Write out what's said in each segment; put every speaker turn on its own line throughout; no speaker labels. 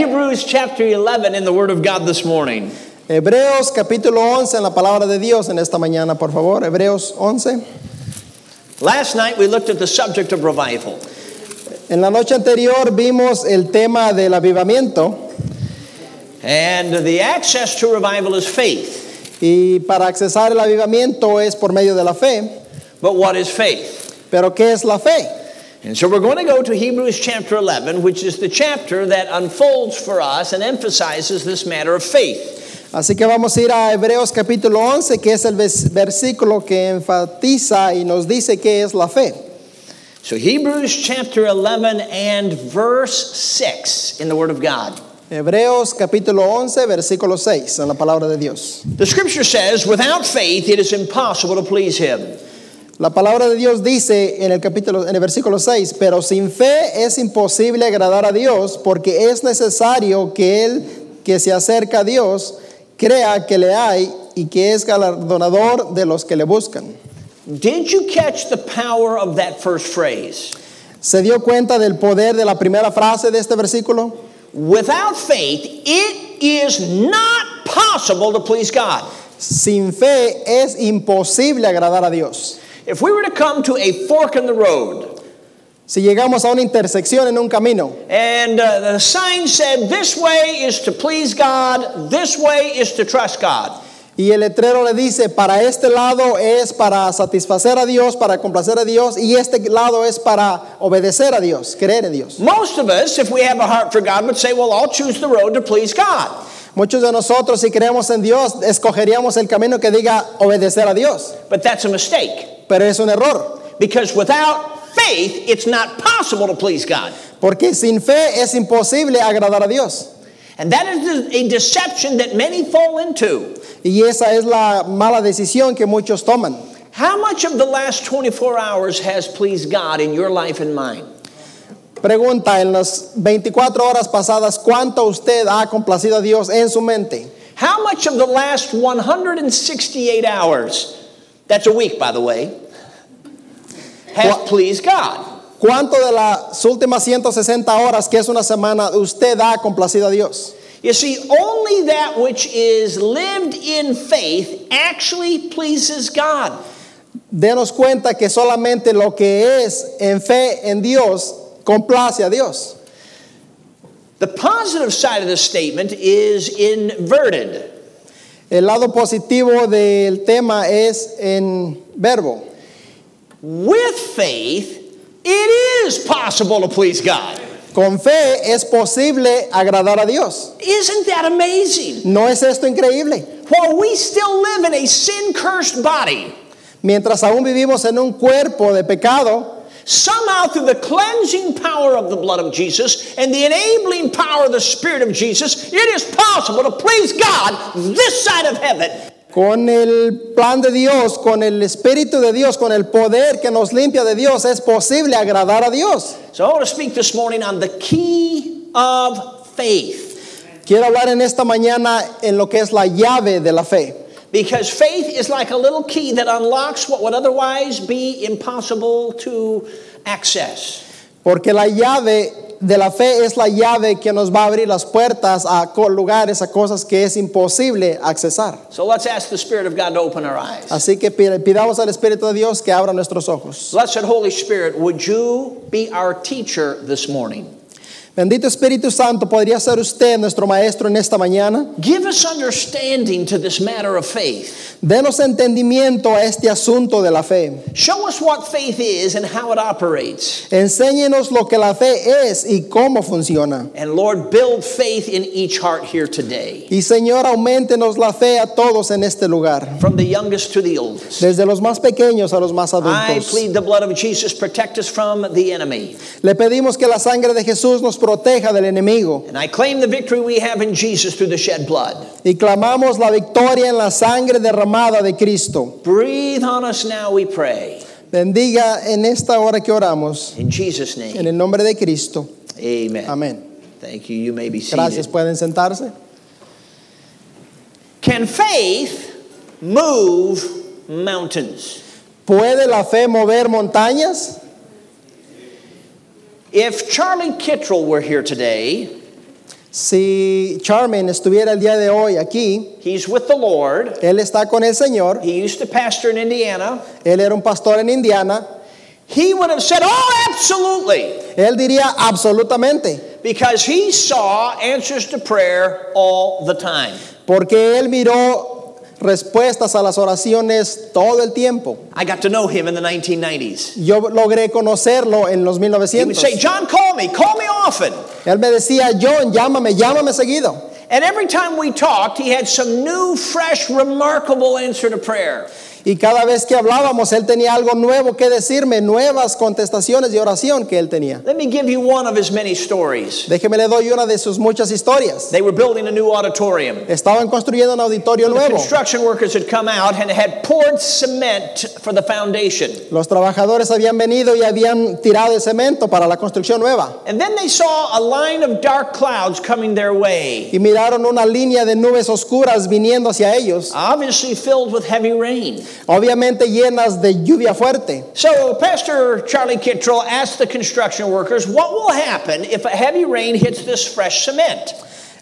Hebrews chapter 11 in the Word of God this morning.
Hebreos capítulo 11 en la palabra de Dios en esta mañana, por favor. Hebreos 11.
Last night we looked at the subject of revival.
En la noche anterior vimos el tema del avivamiento
And the access to revival is faith.
y para accesar el avivamiento es por medio de la fe.
But what is faith?
Pero ¿qué es la fe?
And so we're going to go to Hebrews chapter 11, which is the chapter that unfolds for us and emphasizes this matter of faith.
Así que vamos a ir a Hebreos capítulo 11, que es el ves- versículo que enfatiza y nos dice qué es la fe.
So Hebrews chapter 11 and verse 6 in the Word of God.
Hebreos capítulo 11, versículo 6 en la palabra de Dios.
The scripture says, without faith it is impossible to please him.
La palabra de Dios dice en el capítulo en el versículo 6, pero sin fe es imposible agradar a Dios, porque es necesario que él que se acerca a Dios crea que le hay y que es galardonador de los que le buscan.
Did you catch the power of that first phrase?
¿Se dio cuenta del poder de la primera frase de este versículo?
Without faith, it is not possible to please God.
Sin fe es imposible agradar a Dios.
If we were to come to a fork in the road
Si llegamos a una intersección en un camino
and uh, the sign said, this way is to please God, this way is to trust God,
y el letrero le dice, para este lado es para satisfacer a Dios, para complacer a Dios, y este lado es para obedecer a Dios, creer en Dios.
most of us, if we have a heart for God, would say, well, I'll choose the road to please God.
Muchos de nosotros, si creemos en Dios, escogeríamos el camino que diga obedecer a Dios,
But that's a mistake
pero es un error,
because without faith, it's not possible to please God.
porque sin fe es imposible agradar a Dios.
And that is a deception that many fall into.
Y esa es la mala decisión que muchos toman.
How much of the last 24 hours has pleased God in your life and mine?
Pregunta, en las 24 horas pasadas, ¿cuánto usted ha complacido a Dios en su mente?
How much of the last 168 hours, that's a week by the way, has
What?
pleased God?
¿Cuánto de las últimas 160 horas, que es una semana, usted ha complacido a Dios?
You see, only that which is lived in faith actually pleases God.
Denos cuenta que solamente lo que es en fe en Dios complace a Dios.
The positive side of this statement is inverted.
El lado positivo del tema es en verbo.
With faith, it is possible to please God.
Con fe es posible agradar a Dios.
Isn't that amazing?
¿No es esto increíble?
While we still live in a sin cursed body,
Mientras aún vivimos en un cuerpo de pecado,
Somehow, through the cleansing power of the blood of Jesus and the enabling power of the Spirit of Jesus, it is possible to please God this side of heaven.
Con el plan de Dios, con el Espíritu de Dios, con el poder que nos limpia de Dios, es posible agradar a Dios.
So, I want to speak this morning on the key of faith
Quiero hablar en esta mañana en lo que es la llave de la fe.
because faith is like a little key that unlocks what would otherwise be impossible to access.
Porque la llave de la fe es la llave que nos va a abrir las puertas a co- lugares, a cosas que es imposible accesar.
So, let's ask the Spirit of God to open our eyes.
Así que pide- pidamos al Espíritu de Dios que abra nuestros ojos.
Blessed Holy Spirit, would you be our teacher this morning?
Bendito Espíritu Santo, podría ser usted nuestro maestro en esta mañana.
Give us understanding to this matter of faith.
Denos entendimiento a este asunto de la fe.
Show us what faith is and how it operates.
Enséñenos lo que la fe es y cómo funciona.
And Lord, build faith in each heart here today,
Y Señor, aumentenos la fe a todos en este lugar,
from the youngest to the oldest.
desde los más pequeños a los más
I
adultos.
plead the blood of Jesus, protect us from the enemy.
Le pedimos que la sangre de Jesús nos proteja del enemigo
And I claim the victory we have in Jesus through the shed blood.
y clamamos la victoria en la sangre derramada de Cristo.
Breathe on us now, we pray.
Bendiga en esta hora que oramos,
In Jesus'
en
name.
el nombre de Cristo.
Amen.
Amén.
Thank you. You may be
Gracias,
seated.
pueden sentarse.
Can faith move mountains?
¿Puede la fe mover montañas?
If Charlie Kittrell were here today,
Si Charmin estuviera el día de hoy aquí,
He's with the Lord.
él está con el Señor,
He used to pastor in Indiana.
él era un pastor en Indiana,
He would have said, Oh, absolutely.
él diría absolutamente,
Because he saw answers to prayer all the time.
porque él miró respuestas a las oraciones todo el tiempo.
I got to know him in the 1990s.
Yo logré conocerlo en los
He would
1900.
say, John, call me, call me often.
Él me decía, John, llámame, llámame seguido.
And every time we talked, he had some new, fresh, remarkable answer to prayer.
Y cada vez que hablábamos, él tenía algo nuevo que decirme, nuevas contestaciones de oración que él tenía.
Let me give you one of his many stories.
Déjeme le doy una de sus muchas historias.
They were building a new auditorium.
Estaban construyendo un auditorio
The
nuevo.
construction workers had come out and had poured cement for the foundation.
Los trabajadores habían venido y habían tirado el cemento para la construcción nueva.
And then they saw a line of dark clouds coming their way,
Y miraron una línea de nubes oscuras viniendo hacia ellos,
obviously filled with heavy rain.
obviamente llenas de lluvia fuerte.
So Pastor Charlie Kittrell asked the construction workers, "What will happen if a heavy rain hits this fresh cement?"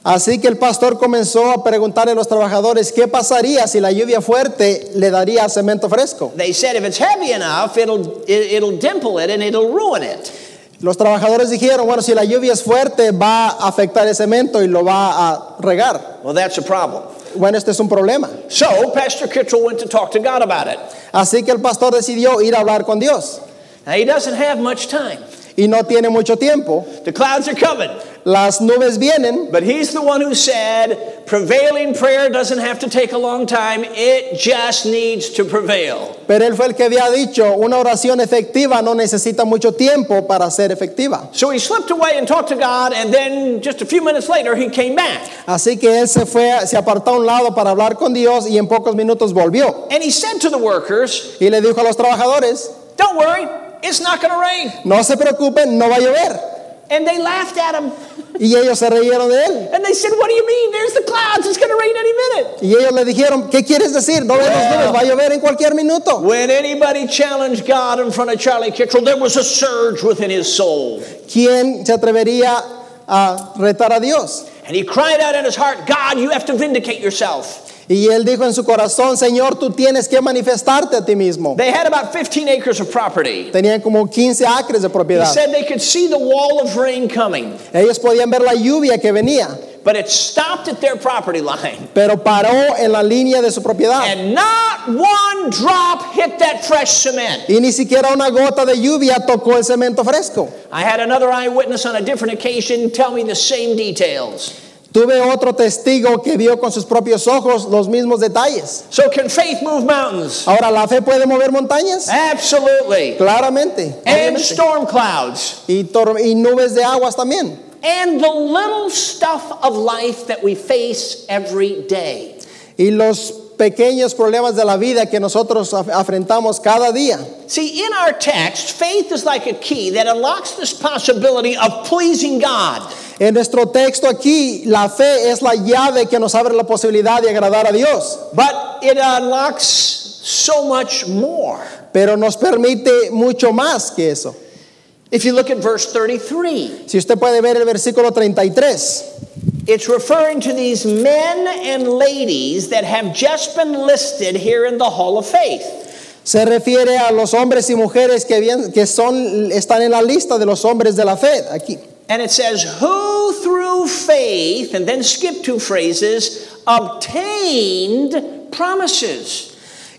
Así que el pastor comenzó a preguntar a los trabajadores qué pasaría si la lluvia fuerte le daría cemento fresco.
They said, "If it's heavy enough, it'll it, it'll dimple it and it'll ruin it."
Los trabajadores dijeron, bueno, si la lluvia es fuerte va a afectar el cemento y lo va a regar.
Well, that's a problem.
Bueno, este es un problema.
So Pastor Kittrell went to talk to God about it.
Así que el pastor decidió ir a hablar con Dios.
Now he doesn't have much time.
Y no tiene mucho tiempo.
The clouds are coming,
Las nubes vienen,
but he's the one who said, "Prevailing prayer doesn't have to take a long time. It just needs to prevail."
pero él fue el que había dicho, una oración efectiva no necesita mucho tiempo para ser efectiva.
So he slipped away and talked to God, and then just a few minutes later he came back.
Así que él se fue, se apartó a un lado para hablar con Dios y en pocos minutos volvió.
And he said to the workers,
Y le dijo a los trabajadores,
Don't worry, it's not going to rain.
no se preocupen, no va a llover.
And they laughed at him.
Y ellos se reyeron de él.
And they said, What do you mean? There's the clouds. It's going to rain any minute.
Y ellos le dijeron, ¿qué quieres decir? No ves las nubes, va a llover en cualquier minuto.
When anybody challenged God in front of Charlie Kittrell, there was a surge within his soul.
¿Quién se atrevería a retar a Dios?
And he cried out in his heart, God, you have to vindicate yourself.
Y él dijo en su corazón, Señor, tú tienes que manifestarte a ti mismo.
They had about 15 acres of property.
Tenían como 15 acres de
He
propiedad.
said they could see the wall of rain coming,
Ellos podían ver la lluvia que venía,
but it stopped at their property line.
pero paró en la línea de su propiedad.
And not one drop hit that fresh cement.
Y ni siquiera una gota de lluvia tocó el cemento fresco.
I had another eyewitness on a different occasion tell me the same details.
Tuve otro testigo que vio con sus propios ojos los mismos detalles.
So, can faith move mountains?
Ahora, ¿la fe puede mover montañas?
Eh. Absolutely.
Claramente.
And
obviamente.
storm clouds.
y, tor- y nubes de aguas también.
And the little stuff of life that we face every day.
Y los pequeños problemas de la vida que nosotros af- afrentamos cada día.
See, in our text, faith is like a key that unlocks this possibility of pleasing God.
En nuestro texto aquí, la fe es la llave que nos abre la posibilidad de agradar a Dios,
But it unlocks so much more.
pero nos permite mucho más que eso.
If you look at verse 33,
Si usted puede ver el versículo 33,
It's referring to these men and ladies that have just been listed here in the Hall of Faith.
se refiere a los hombres y mujeres que, bien- que son, están en la lista de los hombres de la fe aquí.
And it says, Who through faith, and then skip two phrases, obtained promises.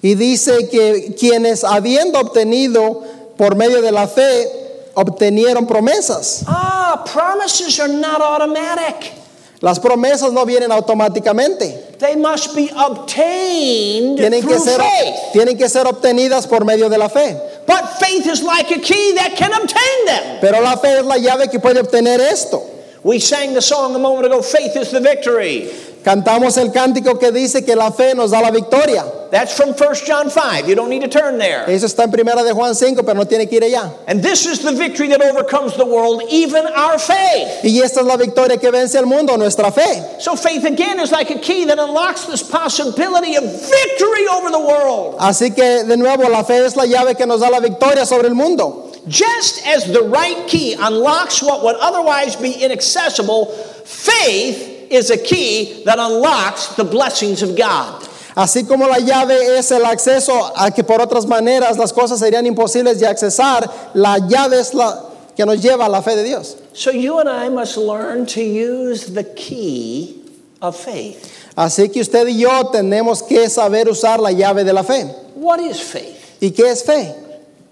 Y dice que quienes habiendo obtenido por medio de la fe, obtenieron promesas.
Ah, promises are not automatic,
Las promesas no vienen automáticamente.
they must be obtained
Tienen que,
through
ser,
faith.
tienen que ser obtenidas por medio de la fe.
But faith is like a key that can obtain them.
Pero la fe es la llave que puede obtener esto.
We sang the song a moment ago faith is the victory.
Cantamos el cántico que dice que la fe nos da la victoria.
That's from 1 John 5. You don't need to turn there.
Eso está en primera de Juan 5, pero no tiene que ir allá.
And this is the victory that overcomes the world, even our faith.
Y esta es la victoria que vence al mundo, nuestra fe.
So faith again is like a key that unlocks this possibility of victory over the world.
Así que de nuevo la fe es la llave que nos da la victoria sobre el mundo.
Just as the right key unlocks what would otherwise be inaccessible, faith is a key that unlocks the blessings of God.
Así como la llave es el acceso a que por otras maneras las cosas serían imposibles de accesar, la llave es la que nos lleva a la fe de Dios.
So you and I must learn to use the key of faith.
Así que usted y yo tenemos que saber usar la llave de la fe.
What is faith?
¿Y qué es fe?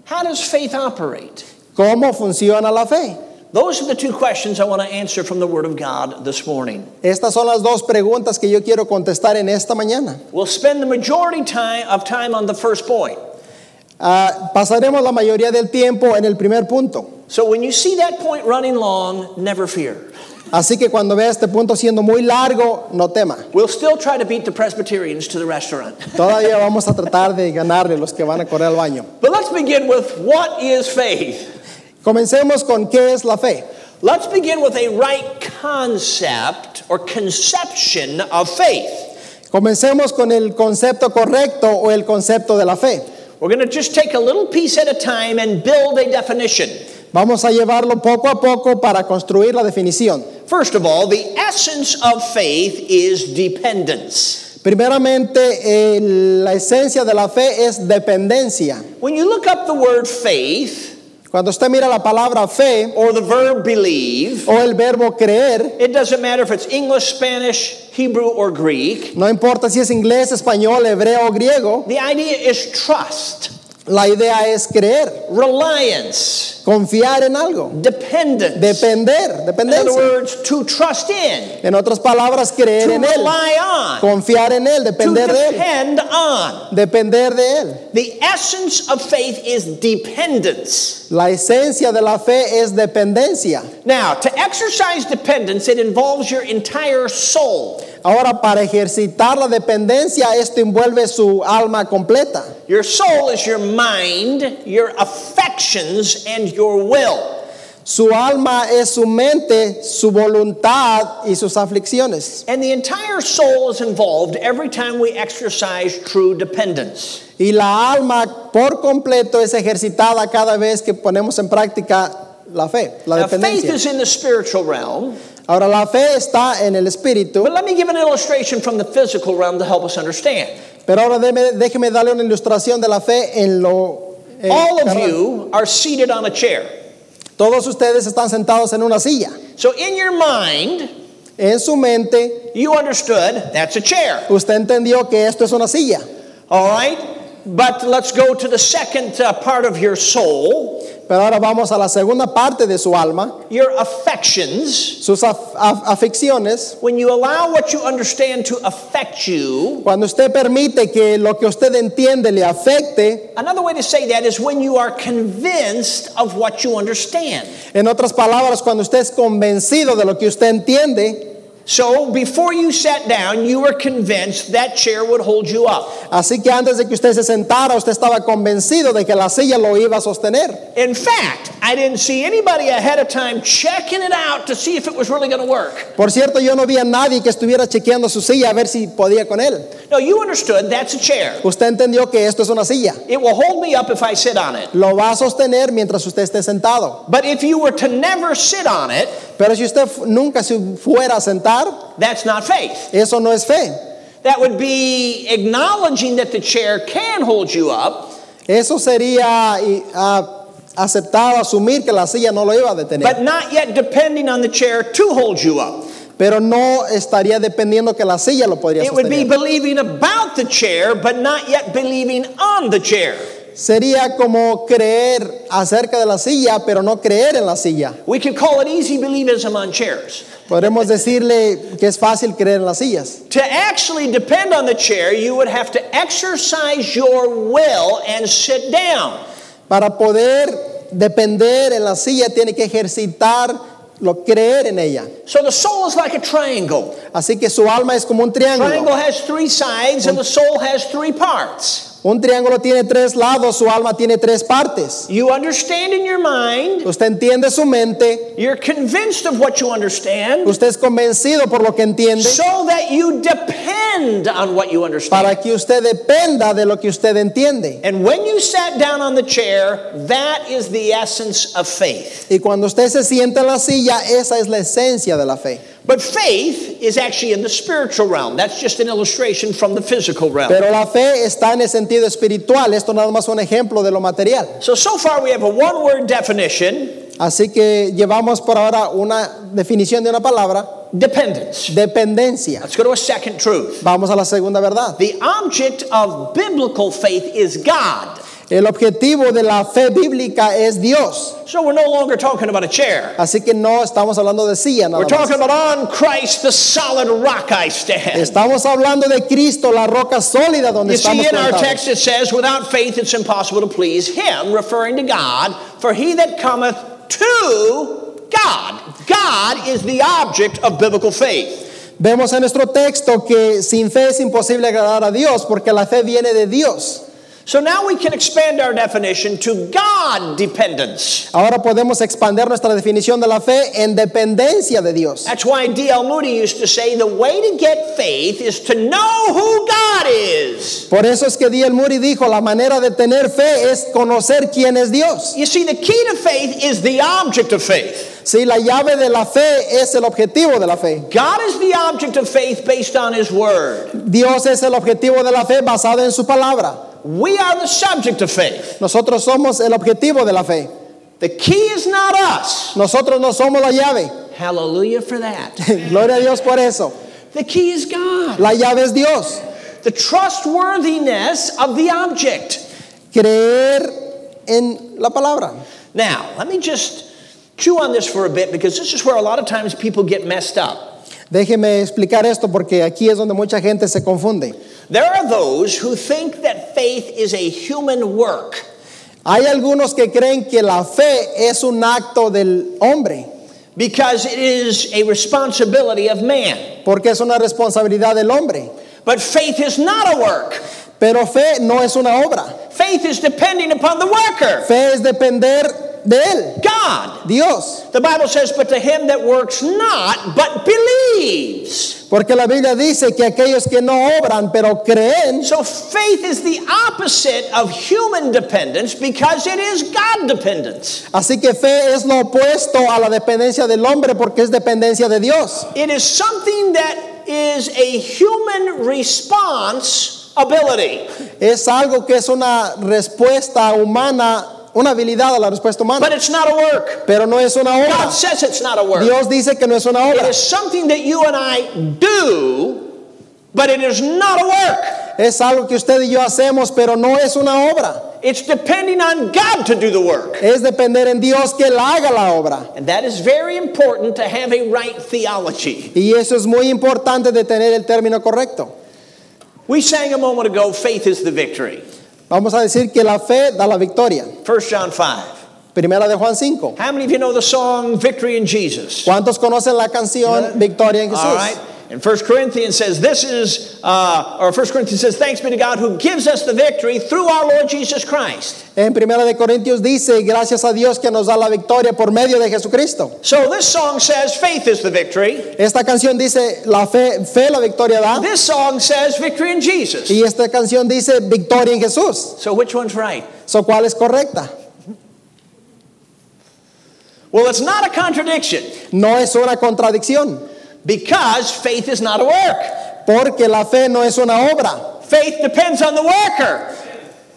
How does faith operate?
¿Cómo funciona la fe?
Those are the two questions I want to answer from the Word of God this morning.
Estas son las dos preguntas que yo quiero contestar en esta mañana.
We'll spend the majority time of time on the first point.
Ah, pasaremos la mayoría del tiempo en el primer punto.
So when you see that point running long, never fear.
Así que cuando vea este punto siendo muy largo, no tema.
We'll still try to beat the Presbyterians to the restaurant.
Todavía vamos a tratar de ganarle los que van a correr al baño.
But let's begin with what is faith?
Comencemos con qué es la fe.
Let's begin with a right concept or conception of faith.
Comencemos con el concepto correcto o el concepto de la fe.
We're going to just take a little piece at a time and build a definition.
Vamos a llevarlo poco a poco para construir la definición.
First of all, the essence of faith is dependence.
Primeramente, eh, la esencia de la fe es dependencia.
When you look up the word faith
Cuando usted mira la palabra fe
or the verb believe,
o el verbo creer,
it doesn't matter if it's English, Spanish, Hebrew, or Greek.
no importa si es inglés, español, hebreo o griego,
The idea is trust,
la idea es creer,
reliance,
confiar en algo,
dependence.
depender,
in other
dependencia.
words, to trust in,
En otras palabras,
to
creer en él,
rely on,
confiar en él,
to
depender de él,
depend on.
depender de él.
The essence of faith is dependence.
La esencia de la fe es dependencia.
Now, to exercise dependence, it involves your entire soul.
Ahora, para ejercitar la dependencia, esto envuelve su alma completa.
Your soul is your mind, your affections, and your will.
Su alma es su mente, su voluntad y sus aflicciones.
And the entire soul is involved every time we exercise true dependence.
Y la alma por completo es ejercitada cada vez que ponemos en práctica la fe, la
Now, faith
dependencia.
is in the spiritual realm,
Ahora, la fe está en el espíritu,
but let me give an illustration from the physical realm to help us understand.
pero ahora déme- déjeme darle una ilustración de la fe en lo... eh,
All of
carnal.
you are seated on a chair.
Todos ustedes están sentados en una silla.
So, in your mind,
En su mente
you understood that's a chair.
Usted entendió que esto es una silla.
All right? But let's go to the second uh, part of your soul,
Pero ahora vamos a la segunda parte de su alma,
your affections.
sus af- af- afecciones.
When you allow what you understand to affect you,
Cuando usted permite que lo que usted entiende le afecte,
another way to say that is when you are convinced of what you understand.
en otras palabras, cuando usted es convencido de lo que usted entiende,
So before you sat down, you were convinced that chair would hold you up.
así que antes de que usted se sentara, usted estaba convencido de que la silla lo iba a sostener.
In fact, I didn't see anybody ahead of time checking it out to see if it was really going to work.
Por cierto, yo no vi a nadie que estuviera chequeando su silla a ver si podía con él.
No, you understood that's a chair.
Usted entendió que esto es una silla.
It will hold me up if I sit on it.
Lo va a sostener mientras usted esté sentado.
But if you were to never sit on it,
Pero si usted fu- nunca se fuera a sentar,
that's not faith.
Eso no es fe.
That would be acknowledging that the chair can hold you up,
Eso sería y, ah, aceptar, asumir que la silla no lo iba a detener.
but not yet depending on the chair to hold you up.
pero no estaría dependiendo que la silla lo podría
It would be
sostener.
believing about the chair, but not yet believing on the chair.
sería como creer acerca de la silla, pero no creer en la silla.
We could call it easy believism on chairs.
Podremos decirle que es fácil creer en las sillas.
To actually depend on the chair, you would have to exercise your will and sit down.
Para poder depender en la silla tiene que ejercitar lo creer en ella.
So the soul is like a triangle.
Así que su alma es como un triángulo.
Triangle has three sides, and the soul has three parts.
Un triángulo tiene tres lados, su alma tiene tres partes.
You understand in your mind,
Usted entiende su mente,
you're convinced of what you understand,
Usted es convencido por lo que entiende
so that you depend on what you understand.
para que usted dependa de lo que usted entiende.
And when you sat down on the chair, that is the essence of faith.
Y cuando usted se sienta en la silla, esa es la esencia de la fe.
But faith is actually in the spiritual realm. That's just an illustration from the physical realm.
Pero la fe está en el sentido espiritual. Esto nada más es un ejemplo de lo material.
So, so far we have a one word definition
Así que llevamos por ahora una definición de una palabra,
dependence.
dependencia.
Let's go to a second truth.
Vamos a la segunda verdad.
The object of biblical faith is God.
El objetivo de la fe bíblica es Dios.
So we're no longer talking about a chair.
Así que no estamos hablando de silla nada
We're talking
más.
about on Christ, the solid rock I stand.
Estamos hablando de Cristo, la roca sólida donde
You see,
estamos
in our
plantados.
text it says, without faith it's impossible to please him, referring to God, for he that cometh to God. God is the object of biblical faith.
Vemos en nuestro texto que sin fe es imposible agradar a Dios porque la fe viene de Dios.
So now we can expand our definition to God dependence.
Ahora podemos expandir nuestra definición de la fe en dependencia de Dios.
That's why D.L. Moody used to say the way to get faith is to know who God is.
Por eso es que D.L. Moody dijo, la manera de tener fe es conocer quién es Dios.
You see, the key to faith is the object of faith.
Si la llave de la fe es el objetivo de la fe.
God is the object of faith based on His Word.
Dios es el objetivo de la fe basado en su palabra.
We are the subject of faith.
Nosotros somos el objetivo de la fe.
The key is not us.
Nosotros no somos la llave.
Hallelujah for that.
Gloria a Dios por eso.
The key is God.
La llave es Dios.
The trustworthiness of the object.
Creer en la palabra.
Now, let me just chew on this for a bit because this is where a lot of times people get messed up.
Déjeme explicar esto porque aquí es donde mucha gente se confunde.
There are those who think that faith is a human work.
Hay algunos que creen que la fe es un acto del hombre,
because it is a responsibility of man.
porque es una responsabilidad del hombre.
But faith is not a work.
Pero fe no es una obra.
Faith is depending upon the worker,
Fe es depender de Él,
God.
Dios.
The Bible says, But to him that works not, but believes.
Porque la Biblia dice que aquellos que no obran, pero creen,
So faith is the opposite of human dependence because it is God dependence.
así que fe es lo opuesto a la dependencia del hombre porque es dependencia de Dios.
It is something that is a human response ability,
Es algo que es una respuesta humana, una habilidad a la respuesta
but
humana,
it's not a work.
pero no es una
God
obra.
says it's not a work.
Dios dice que no es una
It
obra.
is something that you and I do, but it is not a work.
Es algo que usted y yo hacemos, pero no es una obra.
It's depending on God to do the work.
Es depender en Dios que Él haga la obra.
And that is very important to have a right theology.
Y eso es muy importante de tener el término correcto.
We sang a moment ago, faith is the victory.
Vamos a decir que la fe da la victoria.
1 John 5.
Primera de Juan 5.
How many of you know the song Victory in Jesus?
¿Cuántos conocen la canción Victoria en Jesús?
All right. And 1 Corinthians says, This is, uh, or 1 Corinthians says, Thanks be to God who gives us the victory through our Lord Jesus Christ.
En Primera de Corintios dice, gracias a Dios que nos da la victoria por medio de Jesucristo.
So this song says, Faith is the victory.
Esta canción dice, la fe, fe la victoria da.
This song says, Victory in Jesus.
Y esta canción dice, victoria en Jesús.
So which one's right?
So, ¿cuál es correcta?
Well, it's not a contradiction
No es una contradicción,
because faith is not a work.
porque la fe no es una obra.
Faith depends on the worker,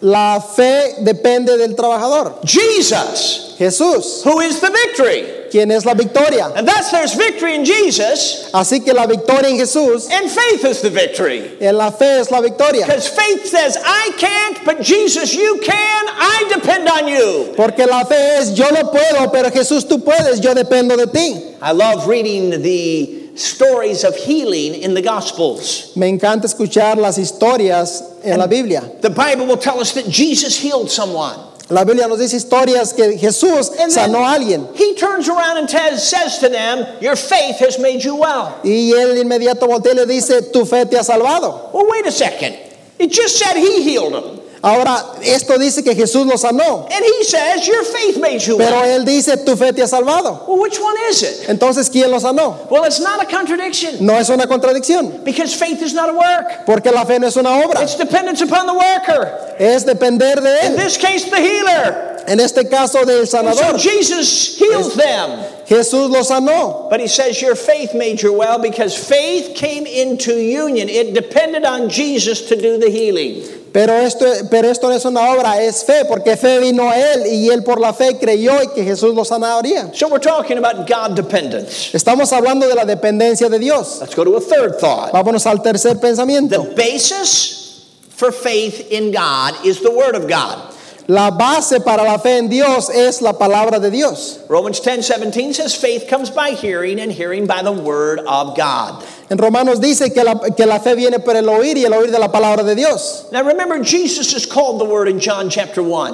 La fe depende del trabajador.
Jesus,
Jesús,
who is the victory.
quien es la victoria.
And thus there's victory in Jesus,
Así que la victoria en Jesús,
and faith is the victory.
en la fe es la victoria.
Because faith says, I can't, but Jesus, you can. I depend on you.
Porque la fe es, yo no puedo, pero Jesús tú puedes, yo dependo de ti.
I love reading the stories of healing in the Gospels.
Me encanta escuchar las historias en la Biblia.
The Bible will tell us that Jesus healed someone.
La Biblia nos dice historias que Jesús
And then
sanó a alguien.
He turns around and says, says to them, Your faith has made you well.
Y él de inmediato voltea y le dice, tu fe te ha salvado.
Well, wait a second. It just said he healed him.
Ahora, esto dice que Jesús lo sanó.
And he says, Your faith made you
Pero
well.
él dice, tu fe te ha salvado.
Well, which one is it?
Entonces, ¿quién lo sanó?
Well, it's not a contradiction
No es una contradicción,
because faith is not a work,
porque la fe no es una obra,
it's dependence upon the worker.
es depender de
In
él.
this case, the healer. sinner.
En este caso del
So
sanador,
Jesus healed them.
Jesús lo sanó.
But he says, Your faith made you well because faith came into union. It depended on Jesus to do the healing.
Pero esto, pero esto no es una obra, es fe, porque fe vino a él y él por la fe creyó y que Jesús lo sanaría.
So we're talking about God dependence.
Estamos hablando de la dependencia de Dios.
Let's go to a third thought.
Vámonos al tercer pensamiento.
The basis for faith in God is the Word of God.
La base para la fe en Dios es la palabra de Dios.
Romans 10 17 says, Faith comes by hearing, and hearing by the Word of God.
En Romanos dice que la, que la fe viene por el oír y el oír de la palabra de Dios.
Now remember, Jesus is called the Word in John chapter 1.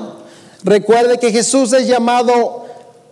Recuerde que Jesús es llamado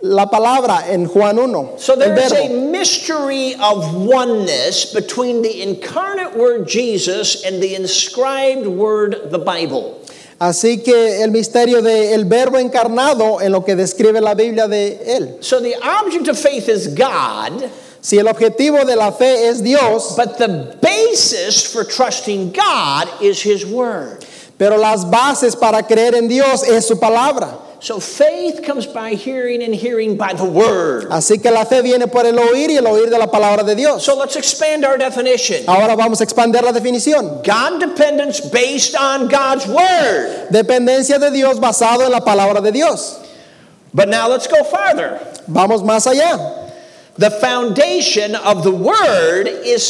la palabra en Juan 1.
So
el
there is
verbo.
a mystery of oneness between the incarnate Word Jesus and the inscribed Word, the Bible.
Así que el misterio del verbo encarnado en lo que describe la Biblia de él.
So the object of faith is God,
Si el objetivo de la fe es Dios,
but the basis for trusting God is His Word.
pero las bases para creer en Dios es su palabra.
So faith comes by hearing, and hearing by the Word.
Así que la fe viene por el oír y el oír de la palabra de Dios.
So let's expand our definition.
Ahora vamos a expandir la definición.
God dependence based on God's Word.
Dependencia de Dios basado en la palabra de Dios.
But now let's go farther.
Vamos más allá.
The foundation of the word is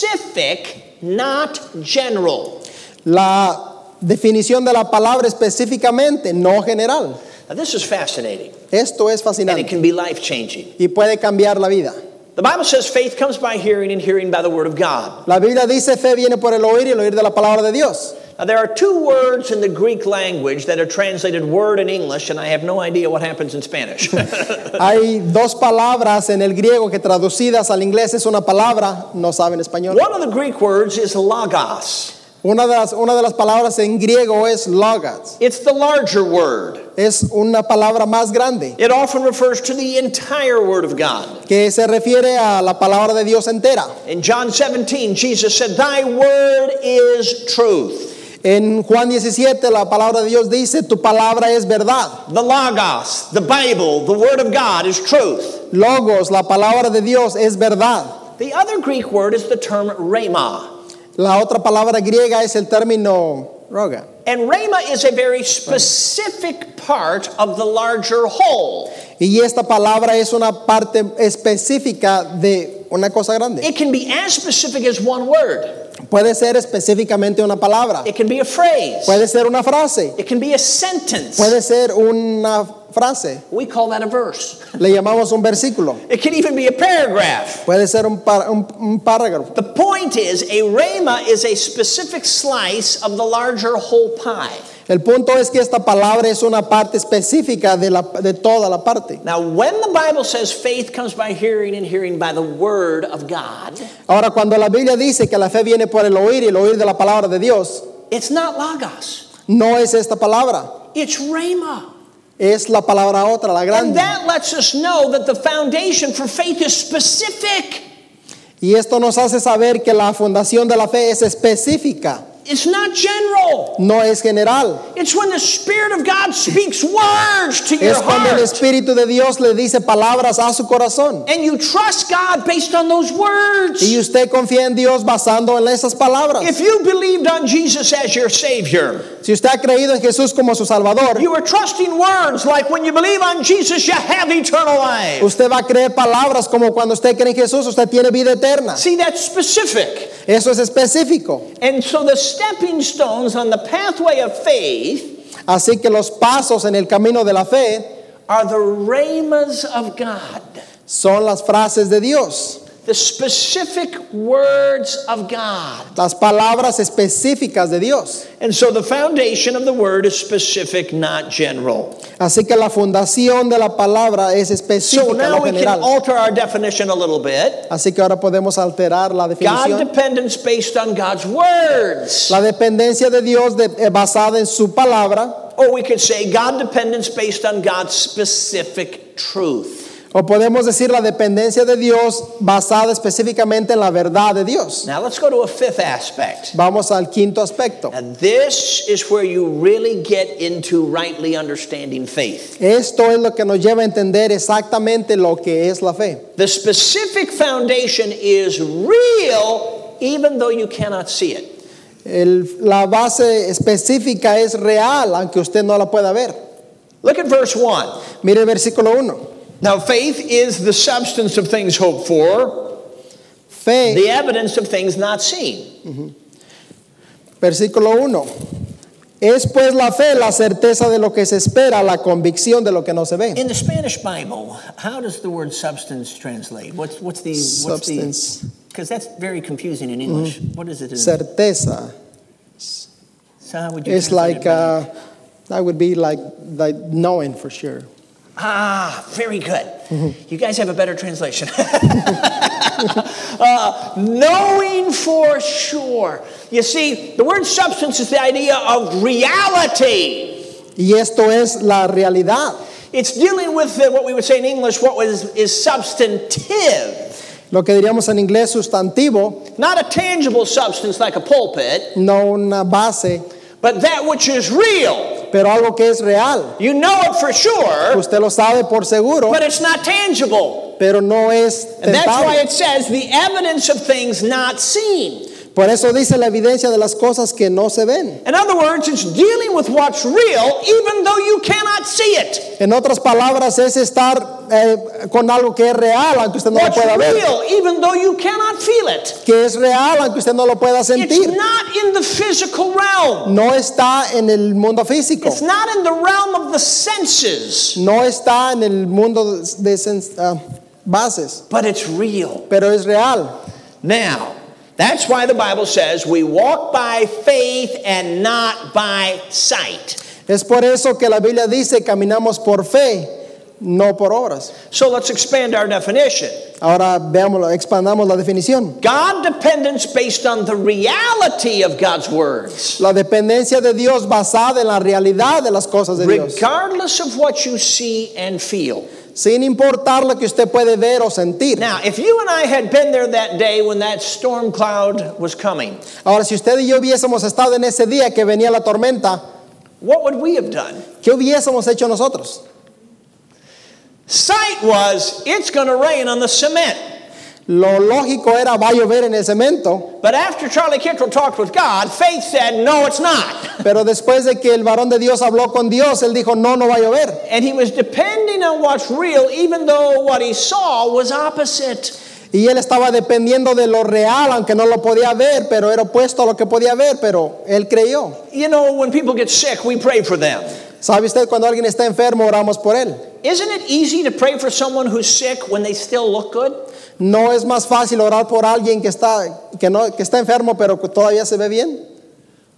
specific, not general.
La definición de la palabra específicamente, no general.
Now, this is fascinating
Esto es
and it
fascinante
can be life changing.
y puede cambiar la vida.
The Bible says faith comes by hearing and hearing by the word of God.
La Biblia dice fe viene por el oír y el oír de la palabra de Dios.
Now, there are two words in the Greek language that are translated word in English, and I have no idea what happens in Spanish.
Hay dos palabras en el griego que traducidas al inglés es una palabra, no saben español.
One of the Greek words is logos,
Una de, las, una de las palabras en griego es logos.
it's the larger word.
Es una palabra más grande
It often refers to the entire word of God.
que se refiere a la palabra de Dios entera.
In John 17, Jesus said, Thy word is truth.
En Juan 17 la palabra de Dios dice, tu palabra es verdad.
The Logos, the Bible, the Word of God is truth.
Logos, la palabra de Dios es verdad.
The other Greek word is the term rhema.
La otra palabra griega es el término roga.
And rhema is a very specific part of the larger whole.
Y esta palabra es una parte específica de una cosa grande.
It can be as specific as one word,
Puede ser específicamente una palabra,
it can be a phrase,
puede ser una frase,
it can be a sentence.
puede ser una frase,
We call that a verse.
le llamamos un versículo,
It can even be a paragraph.
puede ser un, par- un- un párrafo.
The point is, a rhema is a specific slice of the larger whole pie.
El punto es que esta palabra es una parte específica de, la- de toda la parte.
Now, when the Bible says faith comes by hearing and hearing by the Word of God,
Ahora, cuando la Biblia dice que la fe viene por el oír y el oír de la palabra de Dios,
It's not logos.
no es esta palabra,
It's rhema.
es la palabra otra, la
And
grande.
that lets us know that the foundation for faith is specific.
Y esto nos hace saber que la fundación de la fe es específica,
It's not general.
no es general.
It's when the Spirit of God speaks words to your
Es cuando el
heart.
Espíritu de Dios le dice palabras a su corazón.
And you trust God based on those
Y
words.
usted confía en Dios basando en esas palabras.
If you believed on Jesus as your Savior,
Si usted ha creído en Jesús como su Salvador,
you are trusting words like when you believe on Jesus, you have eternal life.
usted va a creer palabras como cuando usted cree en Jesús, usted tiene vida eterna.
See, that's specific.
Eso es específico.
And so the stepping stones on the pathway of faith
Así que los pasos en el camino de la fe
are the ramas of God,
son las frases de Dios,
the specific words of God.
las palabras específicas de Dios.
And so the foundation of the word is specific, not general.
Así que la fundación de la palabra es
So
específica,
now
no
we can
general.
alter our definition a little bit.
Así que ahora podemos alterar la
God
definición.
dependence based on God's words.
La dependencia de Dios de- eh, basada en su palabra,
Or we could say God dependence based on God's specific truth.
O podemos decir la dependencia de Dios basada específicamente en la verdad de Dios.
Now let's go to a fifth aspect.
Vamos al quinto aspecto.
Now, this is where you really get into rightly understanding faith.
Esto es lo que nos lleva a entender exactamente lo que es la fe.
The specific foundation is real, even though you cannot see it.
El- la base específica es real, aunque usted no la pueda ver.
Look at verse 1.
Mire el versículo 1.
Now, faith is the substance of things hoped for,
Fe,
the evidence of things not seen.
versículo 1. Es pues la fe la certeza de lo que se espera, la convicción de lo que no se ve.
In the Spanish Bible, how does the word substance translate? What's, what's the what's
Substance.
Because that's very confusing in English. What is it? In,
Certeza.
so how would you
It's
translate it?
like, uh, that would be like, like knowing for sure.
Ah, very good. You guys have a better translation. Uh, knowing for sure. You see, the word substance is the idea of reality.
Y esto es la realidad.
It's dealing with uh, what we would say in English, what was, is substantive.
Lo que diríamos en inglés sustantivo,
Not a tangible substance like a pulpit,
no una base,
but that which is real.
pero algo que es real.
You know it for sure,
Usted lo sabe por seguro,
but it's not tangible.
pero no es
And that's why
tentable.
it says the evidence of things not seen.
Por eso dice la evidencia de las cosas que no se ven.
In other words, it's dealing with what's real even though you cannot see it.
En otras palabras, es estar eh, con algo que es real, aunque usted no lo
What's
pueda ver.
real even though you cannot feel it.
Que es real, aunque usted no lo pueda
It's
sentir.
not in the physical realm.
No está en el mundo físico.
It's not in the realm of the senses,
No está en el mundo de sens- ah, bases,
but it's real.
pero es real.
Now, that's why the Bible says we walk by faith and not by sight.
Es por eso que la Biblia dice caminamos por fe, no por obras.
So let's expand our definition.
Ahora veámoslo, expandamos la definición.
God dependence based on the reality of God's words.
La dependencia de Dios basada en la realidad de las cosas de Dios.
Regardless of what you see and feel.
Sin importar lo que usted puede ver o sentir.
Now, if you and I had been there that day when that storm cloud was coming,
Ahora, si usted y yo hubiésemos estado en ese día que venía la tormenta,
what would we have done?
¿qué hubiésemos hecho nosotros?
Sight was, it's going to rain on the cement.
Lo lógico era va a llover en el cemento,
But after Charlie Kittrell talked with God, faith said, no, it's not.
pero después de que el varón de Dios habló con Dios, él dijo, no, no va a llover.
And he was depending on what's real, even though what he saw was opposite.
Y él estaba dependiendo de lo real, aunque no lo podía ver, pero era opuesto a lo que podía ver, pero él creyó.
You know, when people get sick, we pray for them.
¿Sabe usted cuando alguien está enfermo, oramos por él?
Isn't it easy to pray for someone who's sick when they still look good?
No es más fácil orar por alguien que está, que no, que está enfermo, pero que todavía se ve bien.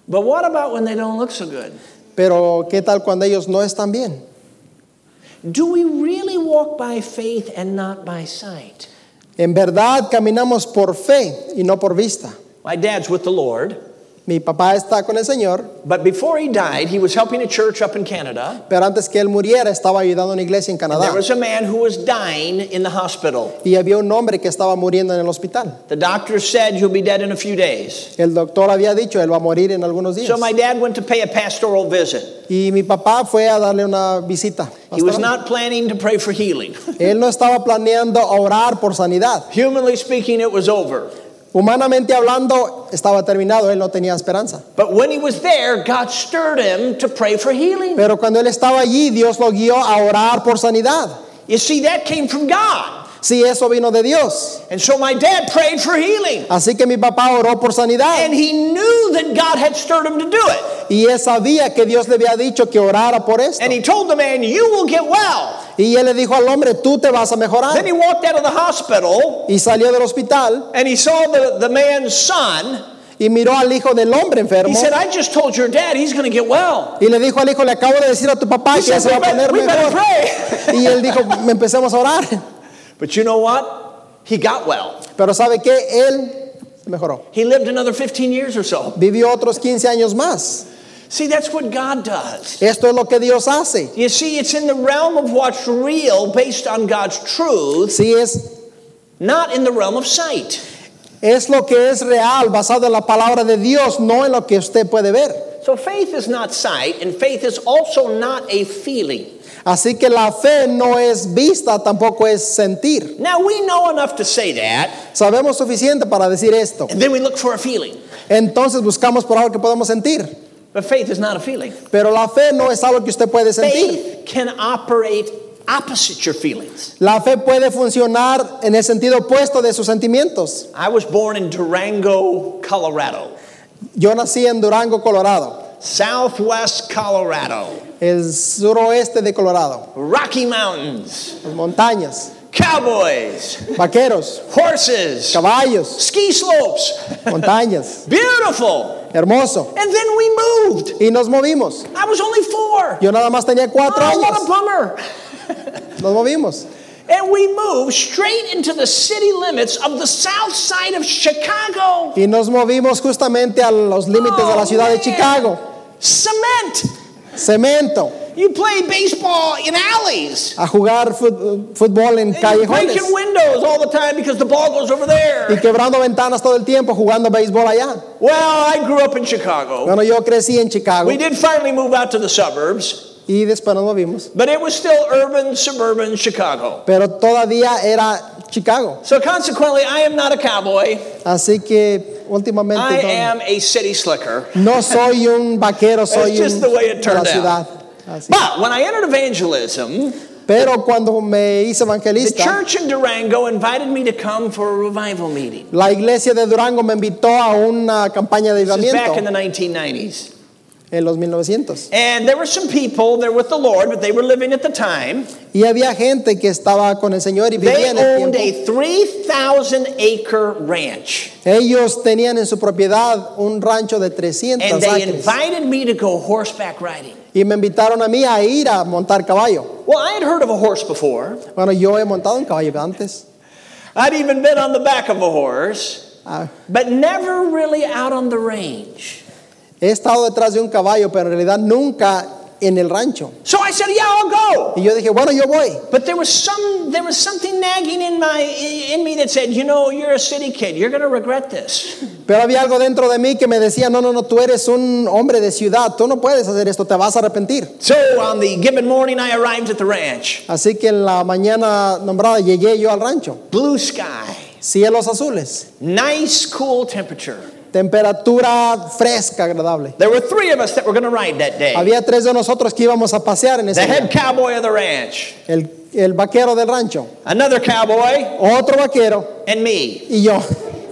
But what about when they don't look so good?
Pero ¿qué tal cuando ellos no están bien?
Do we really walk by faith and not by sight?
En verdad caminamos por fe y no por vista.
My dad's with the Lord,
Mi papá está con el Señor,
but before he died, he was helping a church up in Canada.
pero antes que él muriera estaba ayudando a una iglesia en
There
Canadá.
was a man who was dying in the hospital.
Y había un hombre que estaba muriendo en el hospital.
The doctor said, You'll be dead in a few days.
El doctor había dicho, él va a morir en algunos días.
So my dad went to pay a pastoral visit.
Y mi papá fue a darle una visita.
He was not planning to pray for healing.
Él no estaba planeando orar por sanidad.
Humanly speaking, it was over.
Humanamente hablando, estaba terminado, él no tenía esperanza.
But when he was there, God stirred him to pray for healing.
Pero cuando él estaba allí, Dios lo guió a orar por sanidad.
You see, that came from God.
Sí, eso vino de Dios.
And so my dad prayed for healing.
Así que mi papá oró por sanidad
And he knew that God had stirred him to do it.
y él sabía que Dios le había dicho que orara por esto.
And he told the man, You will get well.
Y él le dijo al hombre, tú te vas a
Then he
mejorar.
walked out of the hospital
Y salió del hospital
and he saw the, the man's son.
y miró al hijo del hombre
He
enfermo
said, I just told your dad he's going to get well.
y le dijo al hijo, le acabo de decir a tu papá
He
que ya
said,
se
We
va a
better,
poner
we better
mejor.
pray.
Y él dijo, me empecemos a orar.
But you know what? He got well.
Pero ¿sabe qué? Él mejoró.
He lived another 15 years or so.
Vivió otros 15 años más.
See, that's what God does.
Esto es lo que Dios hace.
You see, it's in the realm of what's real based on God's truth,
Si es,
not in the realm of sight.
es lo que es real basado en la palabra de Dios, no en lo que usted puede ver.
So faith is not sight, and faith is also not a feeling.
Así que la fe no es vista, tampoco es sentir.
Now, we know enough to say that,
Sabemos suficiente para decir esto.
and then we look for a feeling.
Entonces buscamos por algo que podemos sentir.
But faith is not a feeling.
Pero la fe no es algo que usted puede sentir.
Faith can operate opposite your feelings.
La fe puede funcionar en el sentido opuesto de sus sentimientos.
I was born in Durango, Colorado,
Yo nací en Durango, Colorado,
Southwest Colorado,
el suroeste de Colorado.
Rocky Mountains,
Montañas,
cowboys,
vaqueros,
horses,
caballos,
ski slopes.
montañas.
Beautiful.
Hermoso.
And then we moved.
Y nos movimos.
I was only four.
Yo nada más tenía cuatro
Oh, what a
años.
bummer.
Nos movimos.
And we moved straight into the city limits of the south side of Chicago.
Y nos movimos justamente a los límites de la ciudad de Chicago.
Cement.
Cemento.
You play baseball in alleys.
A jugar fut- fútbol en
And you're breaking
callejones.
windows all the time because the ball goes over
Y
there.
quebrando ventanas todo el tiempo jugando béisbol allá.
Well, I grew up in Chicago.
Bueno, yo crecí en Chicago.
We did finally move out to the suburbs,
Y después nos movimos.
but it was still urban, suburban Chicago.
Pero todavía era Chicago.
So consequently, I am not a cowboy.
Así que
I
últimamente
am a city slicker.
no, no soy un vaquero, soy
just
un
the way it
de la
turned out.
ciudad. Así.
But when I entered evangelism,
Pero cuando me hice
the
evangelista,
church in Durango invited me to come for a revival meeting.
La iglesia de Durango me invitó a una campaña de
This is back in the
avivamiento
1990s.
en los 1900.
And there were some people there with the Lord, but they were living at the time.
Y había gente que estaba con el Señor y
They
vivía en el
owned
tiempo.
a 3,000 acre ranch.
Ellos tenían en su propiedad un rancho de 300
And they
acres.
invited me to go horseback riding.
Y me invitaron a mí a ir a montar caballo.
Well, I had heard of a horse before.
Bueno, yo he montado un caballo antes.
I'd even been on the back of a horse,
Ah,
but never really out on the range.
he estado detrás de un caballo, pero en realidad nunca en el rancho.
So I said, "Yeah, I'll go."
Y yo dije, bueno, yo voy.
But there was some there was something nagging in my in me that said, "You know, you're a city kid. You're going to regret this."
Pero había algo dentro de mí que me decía, no, no, no, tú eres un hombre de ciudad, tú no puedes hacer esto, te vas a arrepentir.
So on the given morning I arrived at the ranch.
Así que en la mañana nombrada llegué yo al rancho.
Blue sky,
Cielos azules,
nice cool temperature.
temperatura fresca, agradable.
There were 3 of us that were going to ride that day.
Había tres de nosotros que íbamos a pasear en
The
ese
head
día.
cowboy of the ranch,
El, el vaquero del rancho,
another cowboy,
otro vaquero
and me,
y yo,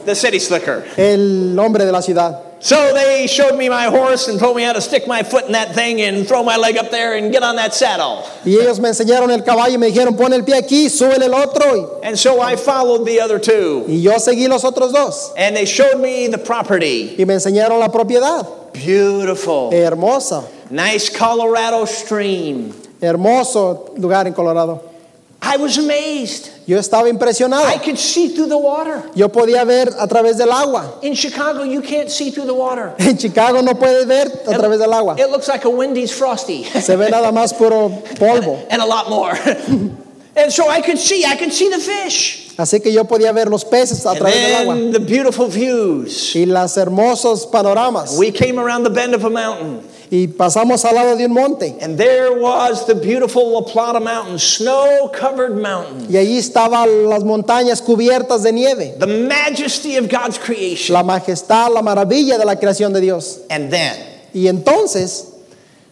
the city slicker.
el hombre de la ciudad.
So they showed me my horse and told me how to stick my foot in that thing and throw my leg up there and get on that saddle.
Y ellos me enseñaron el caballo y me dijeron, pon el pie aquí, súbele el otro.
And so I followed the other two.
Y, y yo seguí los otros dos.
And they showed me the property.
Y me enseñaron la propiedad.
Beautiful.
Hermosa,
Nice Colorado stream.
hermoso lugar en Colorado.
I was amazed.
Yo estaba impresionado.
I could see through the water.
Yo podía ver a través del agua.
In Chicago, you can't see through the water.
En Chicago no puedes ver a través del agua.
It looks like a Wendy's Frosty
Se ve nada más puro polvo.
and a lot more. and so I could see, I could see the fish.
Así que yo podía ver los peces a
And
través del agua.
then the beautiful views.
Y los hermosos panoramas.
We came around the bend of a mountain.
Y pasamos al lado de un monte.
And there was the beautiful La Plata Mountain, snow covered mountain,
Y allí estaban las montañas cubiertas de nieve.
the majesty of God's creation.
La majestad, la maravilla de la creación de Dios.
And then
Y entonces